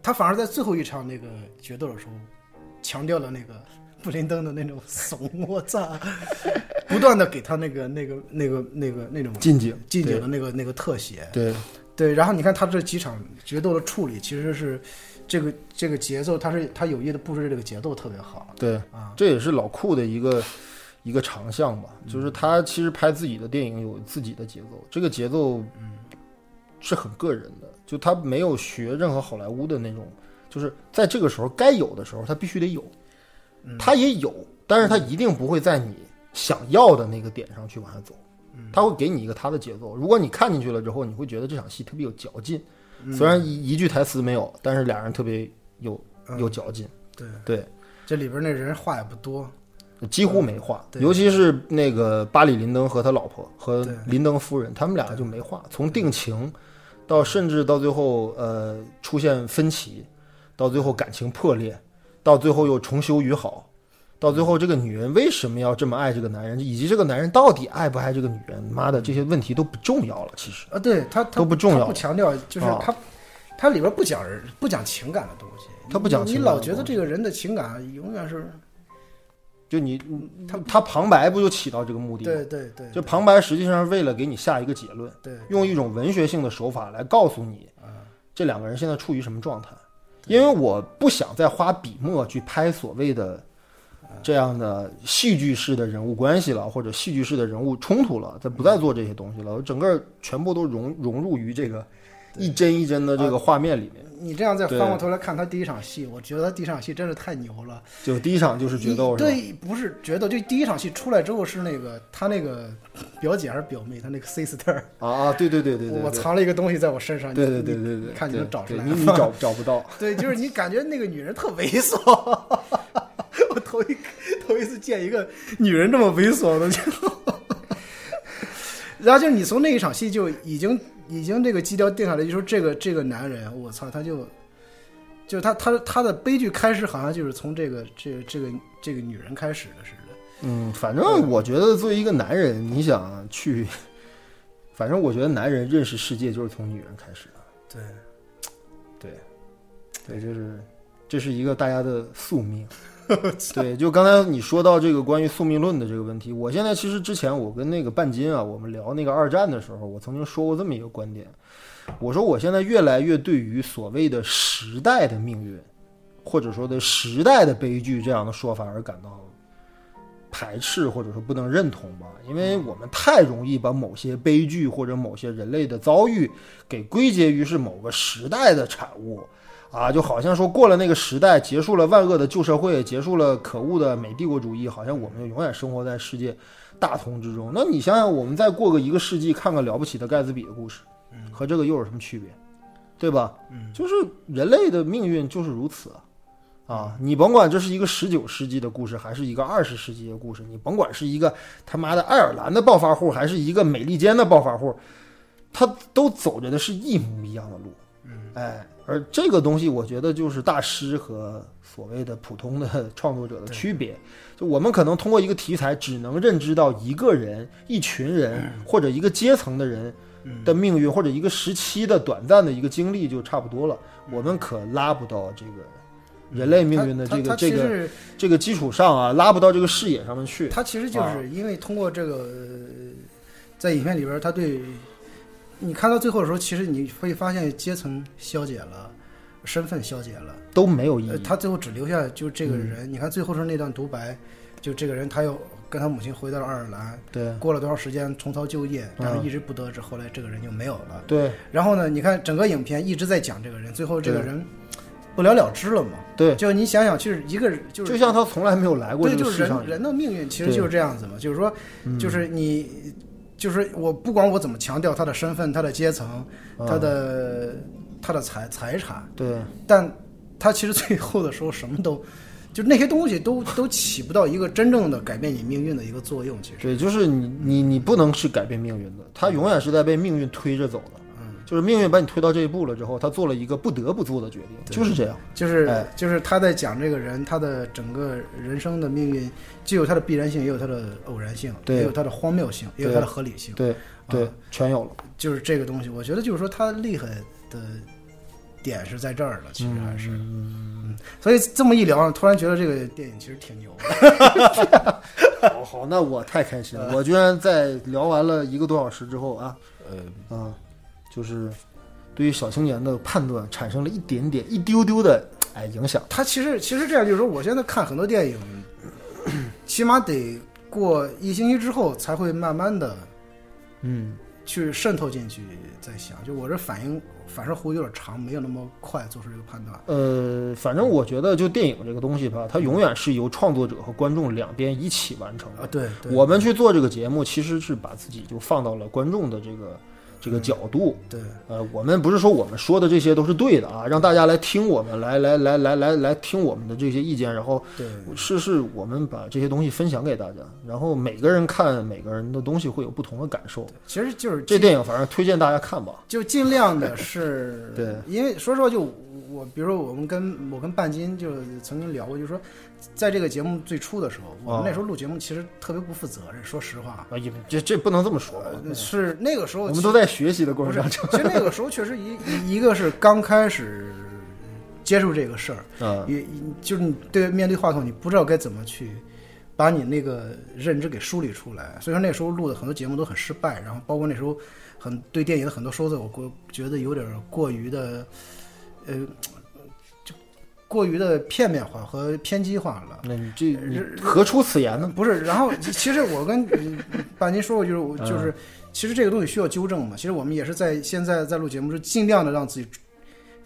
S2: 他反而在最后一场那个决斗的时候，强调了那个布林登的那种怂，我 操，不断的给他那个那个那个那个那种
S1: 近景，
S2: 近景的那个那个特写，
S1: 对，
S2: 对，然后你看他这几场决斗的处理，其实是这个这个节奏，他是他有意的布置这个节奏特别好
S1: 对对，
S2: 啊，
S1: 这也是老库的一个一个长项吧，就是他其实拍自己的电影有自己的节奏，这个节奏是很个人的，就他没有学任何好莱坞的那种，就是在这个时候该有的时候他必须得有，他也有，但是他一定不会在你想要的那个点上去往下走。他会给你一个他的节奏，如果你看进去了之后，你会觉得这场戏特别有嚼劲，
S2: 嗯
S1: 虽然一一句台词没有，但是俩人特别有有嚼劲。
S2: 嗯对，
S1: 对，
S2: 这里边那人话也不多，
S1: 几乎没话，
S2: 对
S1: 尤其是那个巴里林登和他老婆和
S2: 对
S1: 林登夫人，他们俩就没话。从定情到甚至到最后，呃，出现分歧，到最后感情破裂，到最后又重修于好，到最后这个女人为什么要这么爱这个男人，以及这个男人到底爱不爱这个女人，妈的，这些问题都不重要了。其实
S2: 啊，对他他
S1: 都不重要
S2: 他不强调，就是
S1: 啊
S2: 他、他里边不讲人不讲情感的东西，
S1: 他不讲
S2: 你
S1: 情
S2: 你
S1: 感的
S2: 老觉得
S1: 东
S2: 这个人的情感永远是
S1: 就你
S2: 他
S1: 他旁白不就起到这个目的吗？
S2: 嗯对对对，
S1: 就旁白实际上是为了给你下一个结论。
S2: 对
S1: 用一种文学性的手法来告诉你
S2: 啊，
S1: 这两个人现在处于什么状态。因为我不想再花笔墨去拍所谓的这样的戏剧式的人物关系了，或者戏剧式的人物冲突了，再不再做这些东西了。我整个全部都融融入于这个一帧一帧的这个画面里面。
S2: 你这样再翻
S1: 对
S2: 过头来看他第一场戏，我觉得他第一场戏真是太牛了，
S1: 就第一场就是决斗，
S2: 一
S1: 是吧？
S2: 对，不是决斗，就第一场戏出来之后是那个他那个表姐还是表妹，他那个 sister，
S1: 啊啊，对对对对对，
S2: 我
S1: 对！
S2: 藏了一个东西在我身上，
S1: 对
S2: 你
S1: 对对
S2: 你
S1: 对对，
S2: 看你能找出
S1: 对
S2: 来
S1: 你你
S2: 吗
S1: 找找不到。
S2: 对，就是你感觉那个女人特猥琐， 我头一头一次见一个女人这么猥琐的，就然后就你从那一场戏就已经已经这个基调定下来，就说这个这个男人，我操，他就就他他他的悲剧开始好像就是从这个这个这个这个女人开始的似的，
S1: 嗯，反正我觉得作为一个男人，你想去，反正我觉得男人认识世界就是从女人开始的。
S2: 对。
S1: 对，对，就是这是一个大家的宿命。对，就刚才你说到这个关于宿命论的这个问题，我现在其实之前我跟那个半斤啊，我们聊那个二战的时候，我曾经说过这么一个观点，我说我现在越来越对于所谓的时代的命运，或者说的时代的悲剧这样的说法而感到排斥，或者说不能认同吧，因为我们太容易把某些悲剧或者某些人类的遭遇给归结于是某个时代的产物。啊，就好像说过了那个时代，结束了万恶的旧社会，结束了可恶的美帝国主义，好像我们就永远生活在世界大同之中。那你想想，我们再过个一个世纪，看看了不起的盖茨比的故事，和这个又有什么区别？对吧？就是人类的命运就是如此啊啊！你甭管这是一个十九世纪的故事，还是一个二十世纪的故事，你甭管是一个他妈的爱尔兰的暴发户，还是一个美利坚的暴发户，他都走着的是一模一样的路。
S2: 嗯
S1: 哎，而这个东西，我觉得就是大师和所谓的普通的 创作者的区别。就我们可能通过一个题材，只能认知到一个人、一群人
S2: 嗯
S1: 或者一个阶层的人的命运，或者一个时期的短暂的一个经历就差不多了。
S2: 嗯
S1: 我们可拉不到这个人类命运的
S2: 他
S1: 这
S2: 他
S1: 个
S2: 他其
S1: 这
S2: 实
S1: 个这个基础上啊，拉不到这个视野上面去。
S2: 他其实
S1: 啊
S2: 就是因为通过这个，呃在影片里边儿，他对你看到最后的时候，其实你会发现阶层消解了，身份消解了，
S1: 都没有意
S2: 呃，
S1: 义。
S2: 他最后只留下就这
S1: 嗯
S2: 个人。你看最后是那段独白，就这个人他又跟他母亲回到了爱尔兰，
S1: 对
S2: 过了多长时间重操旧业，但
S1: 嗯
S2: 是一直不得志，后来这个人就没有了。
S1: 对
S2: 然后呢，你看整个影片一直在讲这个人，最后这个
S1: 对
S2: 人不了了之了嘛。
S1: 对，
S2: 就你想想，就是一个人就是
S1: 就像他从来没有来过
S2: 对，
S1: 这个
S2: 就是
S1: 世嗯
S2: 人
S1: 上一样。
S2: 人的命运其实就是这样子嘛，就是说，就是你就是我不管我怎么强调他的身份、他的阶层、
S1: 嗯
S2: 他的他的财财产，
S1: 对，
S2: 但他其实最后的时候什么都，就那些东西都都起不到一个真正的改变你命运的一个作用。其实，
S1: 对，就是你你你不能去改变命运的，他永远是在被命运推着走的。
S2: 嗯
S1: 就是命运把你推到这一步了之后，他做了一个不得不做的决定，就是这样。
S2: 就是、
S1: 哎
S2: 就是他在讲这个人他的整个人生的命运，既有他的必然性，也有他的偶然性，
S1: 对
S2: 也有他的荒谬性，也有
S1: 对
S2: 他的合理性。
S1: 对对，
S2: 啊
S1: 全有了。
S2: 就是这个东西，我觉得就是说他厉害的点是在这儿了，其实还是。嗯所以这么一聊，突然觉得这个电影其实挺牛的。
S1: 好好，那我太开心了，我居然在聊完了一个多小时之后啊，呃啊，就是对于小青年的判断产生了一点点一丢丢的哎影响。
S2: 他其实其实这样就是说，我现在看很多电影，起码得过一星期之后才会慢慢的
S1: 嗯，
S2: 去渗透进去，再想。就我这反应反射弧有点长，没有那么快做出这个判断。
S1: 呃，反正我觉得就电影这个东西吧，它永远是由创作者和观众两边一起完成
S2: 啊
S1: 的。，
S2: 对，对
S1: 我们去做这个节目，其实是把自己就放到了观众的这个这个角度。
S2: 对
S1: 呃，我们不是说我们说的这些都是对的啊，让大家来听我们，来来来来来来听我们的这些意见，然后
S2: 对
S1: 是是我们把这些东西分享给大家，然后每个人看每个人的东西会有不同的感受。
S2: 其实就是
S1: 这电影反正推荐大家看吧。，
S2: 就尽量的是
S1: 对，
S2: 因为说实话，就我，比如说我们跟我跟半斤就曾经聊过，就说在这个节目最初的时候，我
S1: 哦
S2: 们那时候录节目其实特别不负责任，说实话，
S1: 啊，也这这不能这么说吧，
S2: 呃是那个时候
S1: 我们都在学习的过
S2: 不
S1: 程
S2: 是
S1: 当，
S2: 其实那个时候确实一一一个是刚开始接触这个事儿，
S1: 中，啊，
S2: 也就是你对面对话筒，你不知道该怎么去。把你那个认知给梳理出来，所以说那时候录的很多节目都很失败，然后包括那时候很对电影的很多说辞，我过觉得有点过于的，呃，就过于的片面化和偏激化了。
S1: 那你这你何出此言呢？
S2: 不是，然后其其实我跟把您说过，就是我就是，
S1: 嗯
S2: 其实这个东西需要纠正嘛。其实我们也是在现在在录节目是尽量的让自己，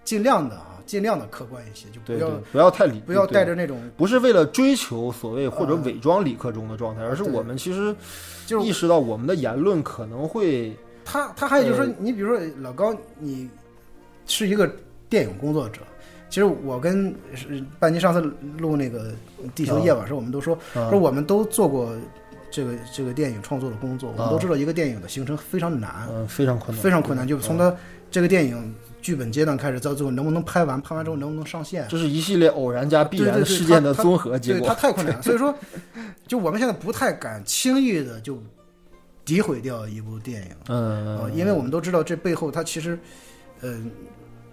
S2: 尽量的啊，尽量的客观一些，就不
S1: 对
S2: 要
S1: 对，不要太理，
S2: 不要带
S1: 对。
S2: 着那种
S1: 不是为了追求所谓或者
S2: 啊
S1: 伪装理科中的状态，而是
S2: 对
S1: 我们其实
S2: 就是
S1: 意识到我们的言论可能会
S2: 他他还有就是
S1: 呃
S2: 说，你比如说老高，你是一个电影工作者。其实我跟是半斤上次录那个《地球夜晚》时，候，我们都说
S1: 啊
S2: 说我们都做过这个这个电影创作的工作，我们
S1: 啊
S2: 都知道一个电影的形成非常难，
S1: 嗯非常困难，嗯
S2: 非常困难，就是从它这个电影剧本阶段开始，到最后能不能拍完，拍完之后能不能上线，
S1: 这是一系列偶然加必
S2: 对对
S1: 然
S2: 对
S1: 事
S2: 它
S1: 件的
S2: 它
S1: 综合结
S2: 对
S1: 果
S2: 它。太困 难了。所以说，就我们现在不太敢轻易的就诋毁掉一部电影。
S1: 嗯，
S2: 呃，因为我们都知道这背后它其实，呃，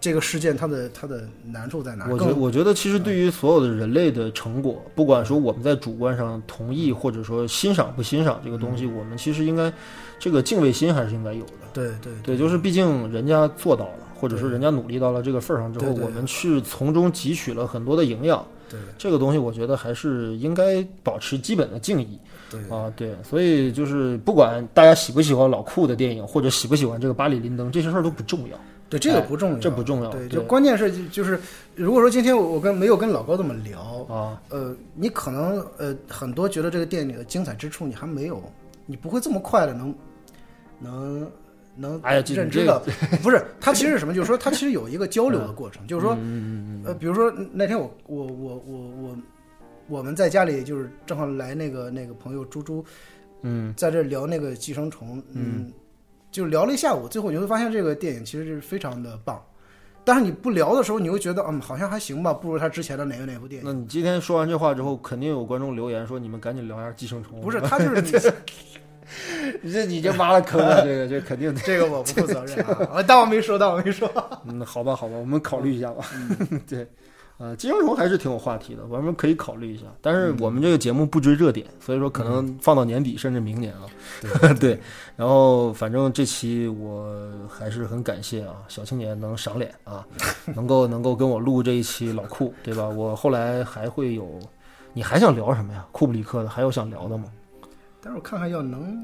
S2: 这个事件它的它的难处在哪？
S1: 嗯我觉
S2: 更嗯
S1: 我觉得，其实对于所有的人类的成果，不管说我们在主观上同意，
S2: 嗯
S1: 或者说欣赏不欣赏这个东西，我们其实应该这个敬畏心还是应该有的。
S2: 对对
S1: 对，就是毕竟人家做到了，或者说
S2: 对
S1: 人家努力到了这个份儿上之后，
S2: 对对对
S1: 我们去从中汲取了很多的营养。
S2: 对
S1: 这个东西，我觉得还是应该保持基本的敬意
S2: 对
S1: 啊。对，所以就是不管大家喜不喜欢老库的电影，或者喜不喜欢这个巴里林登，这些事儿都不重要。
S2: 对，这个
S1: 哎
S2: 不重要，
S1: 这不重要
S2: 对，
S1: 对
S2: 就关键是就就是，如果说今天我跟没有跟老高这么聊，
S1: 啊，
S2: 呃，你可能呃很多觉得这个电影的精彩之处你还没有，你不会这么快的能能。能
S1: 哎呀这
S2: 认
S1: 你
S2: 知
S1: 这
S2: 到，不是它其实是什 么？就是说它其实有一个交流的过程，就是说，
S1: 嗯嗯
S2: 呃，比如说那天我我我我我我们在家里就是正好来那个那个朋友猪猪
S1: 嗯
S2: 在这聊那个寄生虫，嗯，就聊了一下午，最后你会发现这个电影其实是非常的棒，但是你不聊的时候，你会觉得嗯好像还行吧，不如他之前的哪个哪部电
S1: 那
S2: 影。
S1: 你今天说完这话之后，肯定有观众留言说你们赶紧聊一下寄生虫。
S2: 不是，他就是你
S1: 你这你这挖了坑了，这个这肯定的。
S2: 这个我不负责任啊，啊当我没说，当我没说。
S1: 嗯，好吧，好吧，我们考虑一下吧。 对，呃，寄生虫还是挺有话题的，我们可以考虑一下。但是我们这个节目不追热点，所以说可能放到年底甚至明年啊。 对，然后反正这期我还是很感谢啊，小青年能赏脸啊，能够能够跟我录这一期老库，对吧？我后来还会有，你还想聊什么呀？库布里克的还有想聊的吗？
S2: 但是我看看要能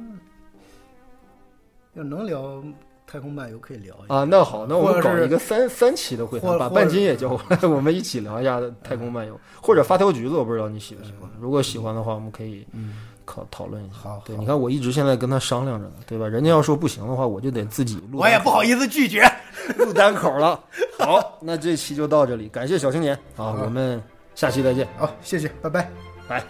S2: 要能聊太空漫游可以聊一下。
S1: 啊，那好，那我们
S2: 或者
S1: 搞
S2: 是
S1: 一个三三期的会
S2: 或
S1: 谈，把
S2: 或嗯
S1: 半斤也叫过来， 我们一起聊一下太空漫游，或者发条橘子，我不知道你喜不喜欢。如果喜欢的话，我们可以
S2: 嗯，
S1: 考讨论一下。
S2: 好，
S1: 对，你看我一直现在跟他商量着呢，对吧？人家要说不行的话，我就得自己录。
S2: 我也不好意思拒绝。
S1: 录单口了。好，那这期就到这里，感谢小青年啊，
S2: 好
S1: 我们下期再见，
S2: 好，谢谢，拜拜。
S1: 拜。